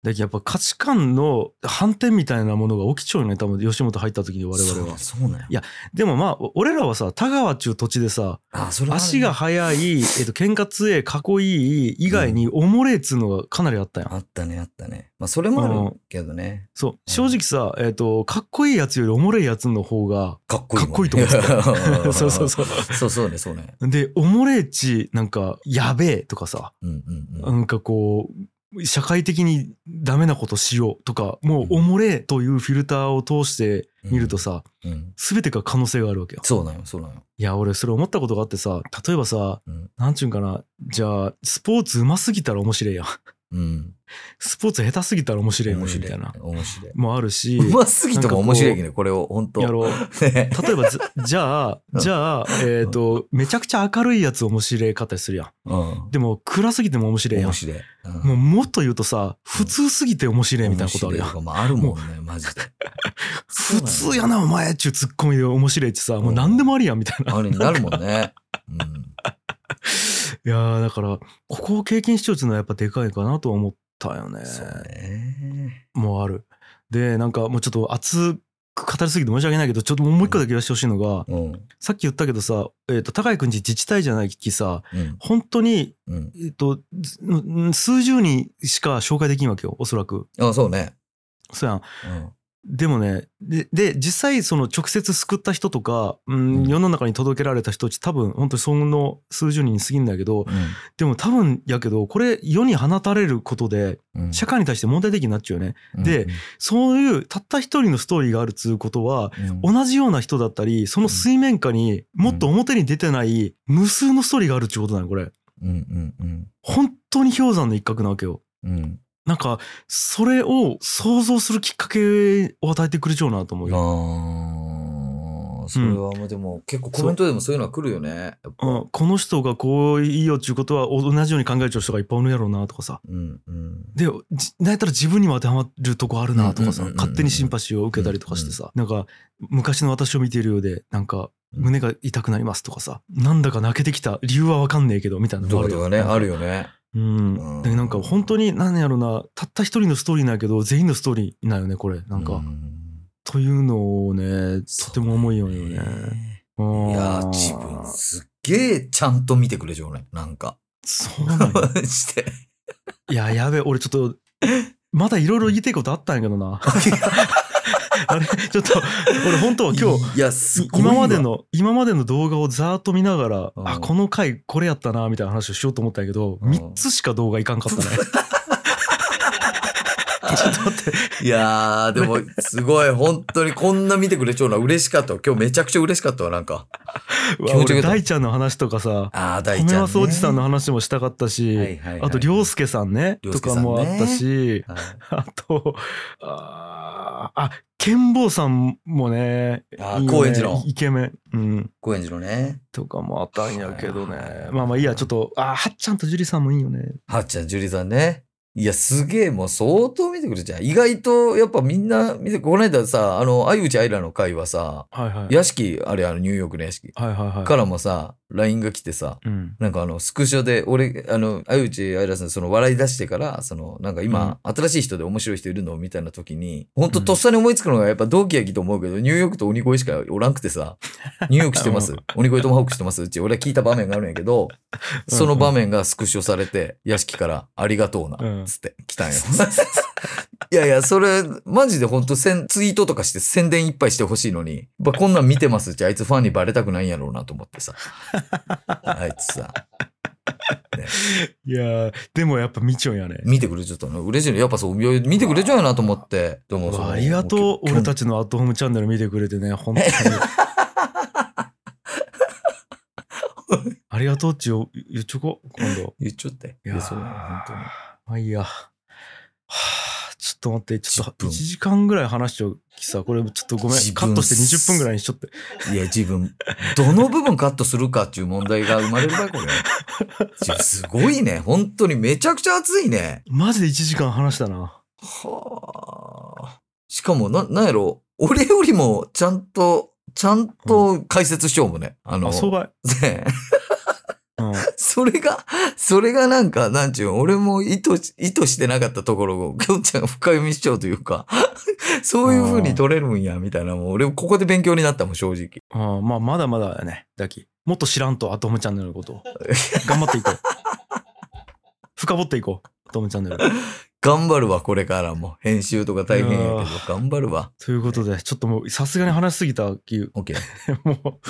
[SPEAKER 2] だけどやっぱ価値観の反転みたいなものが起きちゃうよね多分吉本入った時に我々は
[SPEAKER 1] そうそうなんや
[SPEAKER 2] いやでもまあお俺らはさ田川っちゅう土地でさ
[SPEAKER 1] あ、それはあるね
[SPEAKER 2] 足が速い、えっと、喧嘩強え、かっこいい以外に、おもれえっつうのがかなりあったやん。
[SPEAKER 1] あったね、あったね。まあ、それもあるけどね。
[SPEAKER 2] そう、正直さ、えっと、かっこいいやつよりおもれえやつの方が、
[SPEAKER 1] かっこいいもん。
[SPEAKER 2] かっこいいと 思って
[SPEAKER 1] た
[SPEAKER 2] そうそうそう。
[SPEAKER 1] そうそうね、そうね。
[SPEAKER 2] で、おもれえち、なんか、やべえとかさ、
[SPEAKER 1] うんうんう。
[SPEAKER 2] なんんかこう、社会的にダメなことしようとか、もうおもれえというフィルターを通して見るとさ、
[SPEAKER 1] うん、
[SPEAKER 2] すべてが可能性があるわけよ。
[SPEAKER 1] そうなんよ、そうなんよ。
[SPEAKER 2] いや、俺それ思ったことがあってさ、例えばさ
[SPEAKER 1] うん、
[SPEAKER 2] なんちゅうんかな、じゃあ、スポーツうますぎたら面白いやん。
[SPEAKER 1] うん。
[SPEAKER 2] スポーツ下手すぎたら面白いよね
[SPEAKER 1] 面
[SPEAKER 2] み
[SPEAKER 1] 白
[SPEAKER 2] たいな。
[SPEAKER 1] 面白い。
[SPEAKER 2] もある し、
[SPEAKER 1] うますぎとか面白いけどね、これを、本当
[SPEAKER 2] やろう。
[SPEAKER 1] ね
[SPEAKER 2] 例え ばず、じゃあ、
[SPEAKER 1] うん
[SPEAKER 2] じゃあ、えっ、と、めちゃくちゃ明るいやつ面白い方するやん。
[SPEAKER 1] うん。
[SPEAKER 2] でも、暗すぎても面白いやん
[SPEAKER 1] 面。白い。うん
[SPEAKER 2] もうもっと言うとさ、普通すぎて面白いみたいなことあるや
[SPEAKER 1] 面白い
[SPEAKER 2] ん。
[SPEAKER 1] かもあるもんね、マジで。
[SPEAKER 2] 普通やな、お前っちゅうツッコミで面白いってさ、もう何でもありやんみた いな。
[SPEAKER 1] あれになるもんね。うん。
[SPEAKER 2] いやー、だから、ここを経験しちゃうっていうのはやっぱでかいかなと思ったよね。
[SPEAKER 1] そうね。
[SPEAKER 2] もうある。で、なんかもうちょっと熱く語りすぎて申し訳ないけど、ちょっともう一個だけ言わせてほしいのが、
[SPEAKER 1] うん。
[SPEAKER 2] さっき言ったけどさ、えー、と高井くんち自治体じゃないきさ
[SPEAKER 1] うん。
[SPEAKER 2] 本当に、
[SPEAKER 1] うん。
[SPEAKER 2] えー、とずん数十人しか紹介できんわけよおそらく
[SPEAKER 1] あ、そうね。
[SPEAKER 2] そうやんでもねでで実際その直接救った人とか、うん
[SPEAKER 1] うん
[SPEAKER 2] 世の中に届けられた人たち多分本当にその数十人に過ぎんだけ
[SPEAKER 1] う
[SPEAKER 2] ど
[SPEAKER 1] ん。
[SPEAKER 2] でも多分やけどこれ世に放たれることで
[SPEAKER 1] うんうん。
[SPEAKER 2] 社会に対して問題的になっちゃうよねでそういうたった一人のストーリーがあるっつうことは
[SPEAKER 1] うん、うん
[SPEAKER 2] 同じような人だったりその水面下にもっと表に出てない無数のストーリーがあるってことなのこれ
[SPEAKER 1] うんうん
[SPEAKER 2] 本当に氷山の一角なわけよ
[SPEAKER 1] うんうん
[SPEAKER 2] なんかそれを想像するきっかけを与えてくれちゃうなと思うよ
[SPEAKER 1] あーん、それはもうでも結構コメントでもそういうのは来るよね。やっぱ
[SPEAKER 2] うん、この人がこういいよっていうことはお同じように考えちゃう人がいっぱいおるやろうなとかさ
[SPEAKER 1] うんうん。
[SPEAKER 2] でじなんやったら自分にも当てはまるとこあるなとかさ
[SPEAKER 1] うんうんうんうん
[SPEAKER 2] 勝手にシンパシーを受けたりとかしてさなんか昔の私を見ているようでなんか
[SPEAKER 1] うん
[SPEAKER 2] 胸が痛くなりますとかさなんだか泣けてきた理由は分かんねえけどみたいなの
[SPEAKER 1] ど
[SPEAKER 2] もあ
[SPEAKER 1] う
[SPEAKER 2] る
[SPEAKER 1] と
[SPEAKER 2] と
[SPEAKER 1] かね、あるよね。
[SPEAKER 2] うん、でなんか本当に何やろなたった一人のストーリーなんやけど全員のストーリーなんよねこれなんか、
[SPEAKER 1] う
[SPEAKER 2] というのをねとても思いようよね。
[SPEAKER 1] い
[SPEAKER 2] い
[SPEAKER 1] やー、自分すっげえちゃんと見てくれ、じゃないなんか。
[SPEAKER 2] そうなんよ
[SPEAKER 1] して。
[SPEAKER 2] いややべえ俺ちょっとまだいろいろ言いたいことあったんやけ どなあれちょっと俺本当は今日
[SPEAKER 1] 日、いや、すごいわ
[SPEAKER 2] 今まで。の今までの動画をざーっと見ながら、
[SPEAKER 1] うん
[SPEAKER 2] あこの回これやったなみたいな話をしようと思ったんやけど、
[SPEAKER 1] うん
[SPEAKER 2] 三3つしか動画いか んかったねちょっと待って
[SPEAKER 1] いやー、でも、すごい、本当にこんな見てくれ、ちょうな、嬉しかったわ。今日めちゃくちゃ嬉しかったわ、なんか。
[SPEAKER 2] うわ
[SPEAKER 1] 気持ちよかっ
[SPEAKER 2] 俺
[SPEAKER 1] た
[SPEAKER 2] 大ちゃんの話とかさ
[SPEAKER 1] あー、大ちゃん、ね。
[SPEAKER 2] 米は掃除さんの話もしたかったし、
[SPEAKER 1] はいはいはい
[SPEAKER 2] あと涼介さんね
[SPEAKER 1] 涼
[SPEAKER 2] と
[SPEAKER 1] 介
[SPEAKER 2] か
[SPEAKER 1] さんね
[SPEAKER 2] もあったし、
[SPEAKER 1] はい
[SPEAKER 2] あとあーあ健坊さんもね
[SPEAKER 1] あー
[SPEAKER 2] いいよね
[SPEAKER 1] 高円寺の
[SPEAKER 2] イケメン、うん、
[SPEAKER 1] 高円寺のね。
[SPEAKER 2] とかもあったんやけどね、
[SPEAKER 1] はいはい
[SPEAKER 2] まあまあいいやちょっとあーはっちゃんと樹里さんもいいよね
[SPEAKER 1] はっちゃん、ジュリさんね。いや、すげえ、もう相当見てくれちゃん。意外と、やっぱみんな見て、この間さ、あの、相内愛らの会はさ、
[SPEAKER 2] はいはい
[SPEAKER 1] 屋敷、あれ、あの、ニューヨークの屋敷
[SPEAKER 2] はいはいはい
[SPEAKER 1] からもさ、LINE が来てさ、
[SPEAKER 2] うん
[SPEAKER 1] なんかあの、スクショで、俺、あの、相内愛らさん、その、笑い出してから、その、なんか今、新しい人で面白い人いるのみたいな時に、ほんと
[SPEAKER 2] うん
[SPEAKER 1] とっさに思いつくのが、やっぱ同期やきと思うけど、ニューヨークと鬼越しかおらんくて さ、ニューヨークしてます
[SPEAKER 2] うん
[SPEAKER 1] 鬼越トマホークしてますうち、俺は聞いた場面があるんやけど、その場面がスクショされて、屋敷から、ありがとう
[SPEAKER 2] う
[SPEAKER 1] な、
[SPEAKER 2] ん
[SPEAKER 1] つって来たんよ。 いやいや、それ、マジで本当せんツイートとかして宣伝いっぱいしてほしいのに、ばこんなん見てますって、あいつファンにバレたくないんやろうなと思 ってさ。あいつさ、
[SPEAKER 2] いやーでもやっぱみちょんやね
[SPEAKER 1] 見てくれちゃったの嬉しいの。やっぱそう、いや見てくれちゃうやなと思って。どうも
[SPEAKER 2] う
[SPEAKER 1] その
[SPEAKER 2] わありがとう
[SPEAKER 1] も
[SPEAKER 2] 俺
[SPEAKER 1] う
[SPEAKER 2] たちのアットホームチャンネル見てくれて ね本当にありがとうっちよ言っちょこう今度
[SPEAKER 1] 言っちゃって。い
[SPEAKER 2] いや
[SPEAKER 1] や、
[SPEAKER 2] ー
[SPEAKER 1] そう、本当に。
[SPEAKER 2] まあいいや。はあ、ちょっと待って、ちょっ
[SPEAKER 1] 10
[SPEAKER 2] と
[SPEAKER 1] 分
[SPEAKER 2] 1時間ぐらい話しちゃうきさ、これちょっとごめ
[SPEAKER 1] 自分
[SPEAKER 2] ん、カットして20分ぐらいにしちゃって。
[SPEAKER 1] いや、自分、どの部分カットするかっていう問題が生まれるわ、これ。自分すごいね。本当にめちゃくちゃ熱いね。
[SPEAKER 2] マジで1時間話したな。
[SPEAKER 1] はあ。しかも、な、なんやろ。俺よりも、ちゃんと、ちゃんと解説しようもんね。あの、
[SPEAKER 2] あ、そうばい。
[SPEAKER 1] ね
[SPEAKER 2] うん、
[SPEAKER 1] それが、それがなんか、なんちゅうん、俺も意図し、意図してなかったところを、きょんちゃんが 深読みしちゃうというか、 そういう風に取れるんや、みたいな、もう俺、ここで勉強になったもん、正直。
[SPEAKER 2] あまあ、まだまだやね、ダキ。もっと知らんと、アトムチャンネルのことを。頑張って いこう。深掘っていこう、アトムチャンネル。
[SPEAKER 1] 頑張るわ、これからも。編集とか大変やけ
[SPEAKER 2] い
[SPEAKER 1] ど
[SPEAKER 2] や、
[SPEAKER 1] 頑張るわ。
[SPEAKER 2] ということで、ちょっともう、さすがに話しすぎたき、 も
[SPEAKER 1] OK。
[SPEAKER 2] う、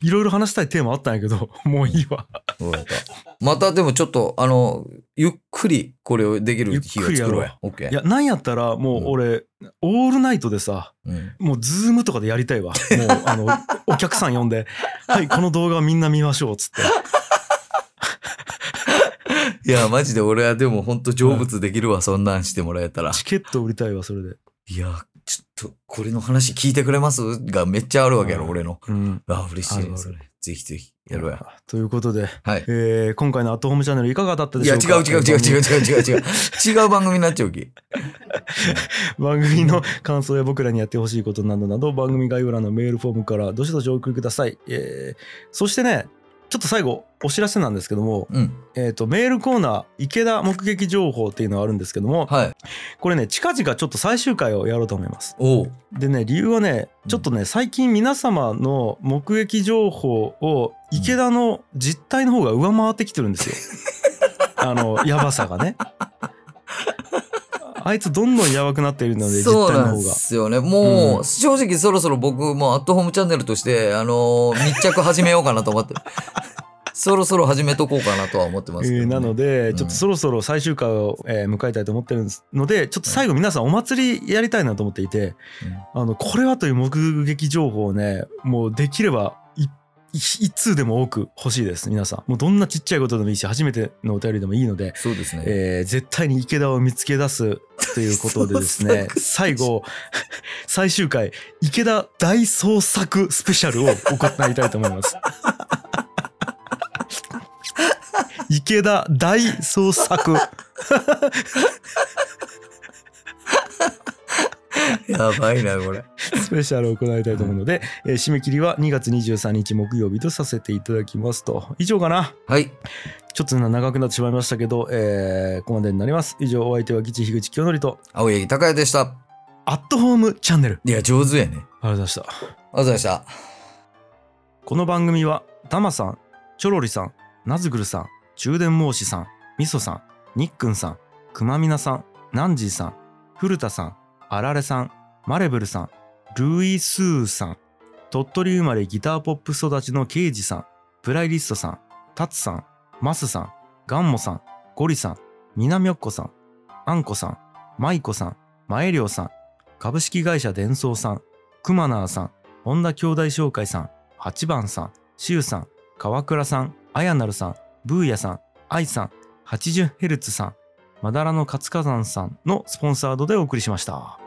[SPEAKER 2] いろいろ話したいテーマあったんやけど、 もういいわ。
[SPEAKER 1] わかったまたでもちょっと、あの、ゆっくりこれをできる日を作ろうや。OK。
[SPEAKER 2] いや、なんやったら、もう俺、オールナイトでさ、
[SPEAKER 1] うん
[SPEAKER 2] もうズームとかでやりた いわ。もう、あの、お客さん呼んで、はい、この動画みんな見ましょう、つって。
[SPEAKER 1] いや、マジで俺はでも本当成仏できるわ、そんなんしてもらえたら。
[SPEAKER 2] チケット売りたいわ、それで。
[SPEAKER 1] いや、ちょっと、これの話聞いてくれますがめっちゃあるわけやろ、
[SPEAKER 2] うん
[SPEAKER 1] 俺の。
[SPEAKER 2] うん。
[SPEAKER 1] あ、嬉しい
[SPEAKER 2] あるあ
[SPEAKER 1] で
[SPEAKER 2] る
[SPEAKER 1] すね。ぜひぜひ、やろうや。
[SPEAKER 2] ということで、
[SPEAKER 1] はい。
[SPEAKER 2] えー、今回のアットホームチャンネルいかがだったで
[SPEAKER 1] い
[SPEAKER 2] し
[SPEAKER 1] や、
[SPEAKER 2] ょう
[SPEAKER 1] 違
[SPEAKER 2] か
[SPEAKER 1] う違う違う違う違う違う違う。違う番組になっちゃうき。
[SPEAKER 2] 番組の感想や僕らにやってほしいことなどなど番組概要欄のメールフォームからどしどしお送りください、えーそしてねちょっと最後お知らせなんですけども、
[SPEAKER 1] うん。
[SPEAKER 2] えー、とメールコーナー池田目撃情報っていうのがあるんですけども
[SPEAKER 1] はい。
[SPEAKER 2] これね近々ちょっと最終回をやろうと思います
[SPEAKER 1] おう。
[SPEAKER 2] でね理由はね
[SPEAKER 1] うん
[SPEAKER 2] ちょっとね、最近皆様の目撃情報を池田の実態の方が上回ってきてるんですよ。あのやばさ がね。あいつどんどんやばくなっているので実態
[SPEAKER 1] そう
[SPEAKER 2] の
[SPEAKER 1] なんで
[SPEAKER 2] 方が。
[SPEAKER 1] すよね。もう、
[SPEAKER 2] うん
[SPEAKER 1] 正直そろそろ僕、もうアットホームチャンネルとして、あのー密着始めようかなと思って。 そろそろ始めとこうかなとは思ってますけど、ね
[SPEAKER 2] えーなので、
[SPEAKER 1] うん
[SPEAKER 2] ちょっとそろそろ最終回を、えー迎えたいと思ってるんですのでちょっと最後皆さんお祭りやりたいなと思っていて、あのこれはという目撃情報をねもうできればいい一通でも多く欲しいです皆さんもうどんなちっちゃいことでもいいし初めてのお便りでもいいので、
[SPEAKER 1] そうですね。
[SPEAKER 2] えー絶対に池田を見つけ出すということでです ね
[SPEAKER 1] 創作
[SPEAKER 2] 最後最終回池田大捜索スペシャルを行いたいと思います 池田大捜索
[SPEAKER 1] やばいな、これ。
[SPEAKER 2] スペシャルを行いたいと思うので、えー締め切りは2月23日木曜日とさせていただきますと以上かな
[SPEAKER 1] はい。
[SPEAKER 2] ちょっと長くなってしまいましたけど、えーここまでになります以上お相手は吉樋口清則と
[SPEAKER 1] 青柳高也でした。
[SPEAKER 2] アットホームチャンネル
[SPEAKER 1] いや、上手やね。
[SPEAKER 2] ありがとうございました
[SPEAKER 1] ありがとうございました。
[SPEAKER 2] この番組はタマさんチョロリさんナズグルさん中電申しさんみそさんにっくんさんくまみなさんナンジーさん古田さんあられさんマレブルさんルイ・スーさん鳥取生まれギターポップ育ちのケイジさんプライリストさんタツさんマスさんガンモさんゴリさんみなみょっこさんあんこさんマイコさんマエリョウさん株式会社デンソーさんくまなーさん本田兄弟紹介さん8番さん、しゅうさん、川倉さん、あやなるさん、ブーヤさん、あいさん、80ヘルツさん、まだらの活火山さんのスポンサードでお送りしました。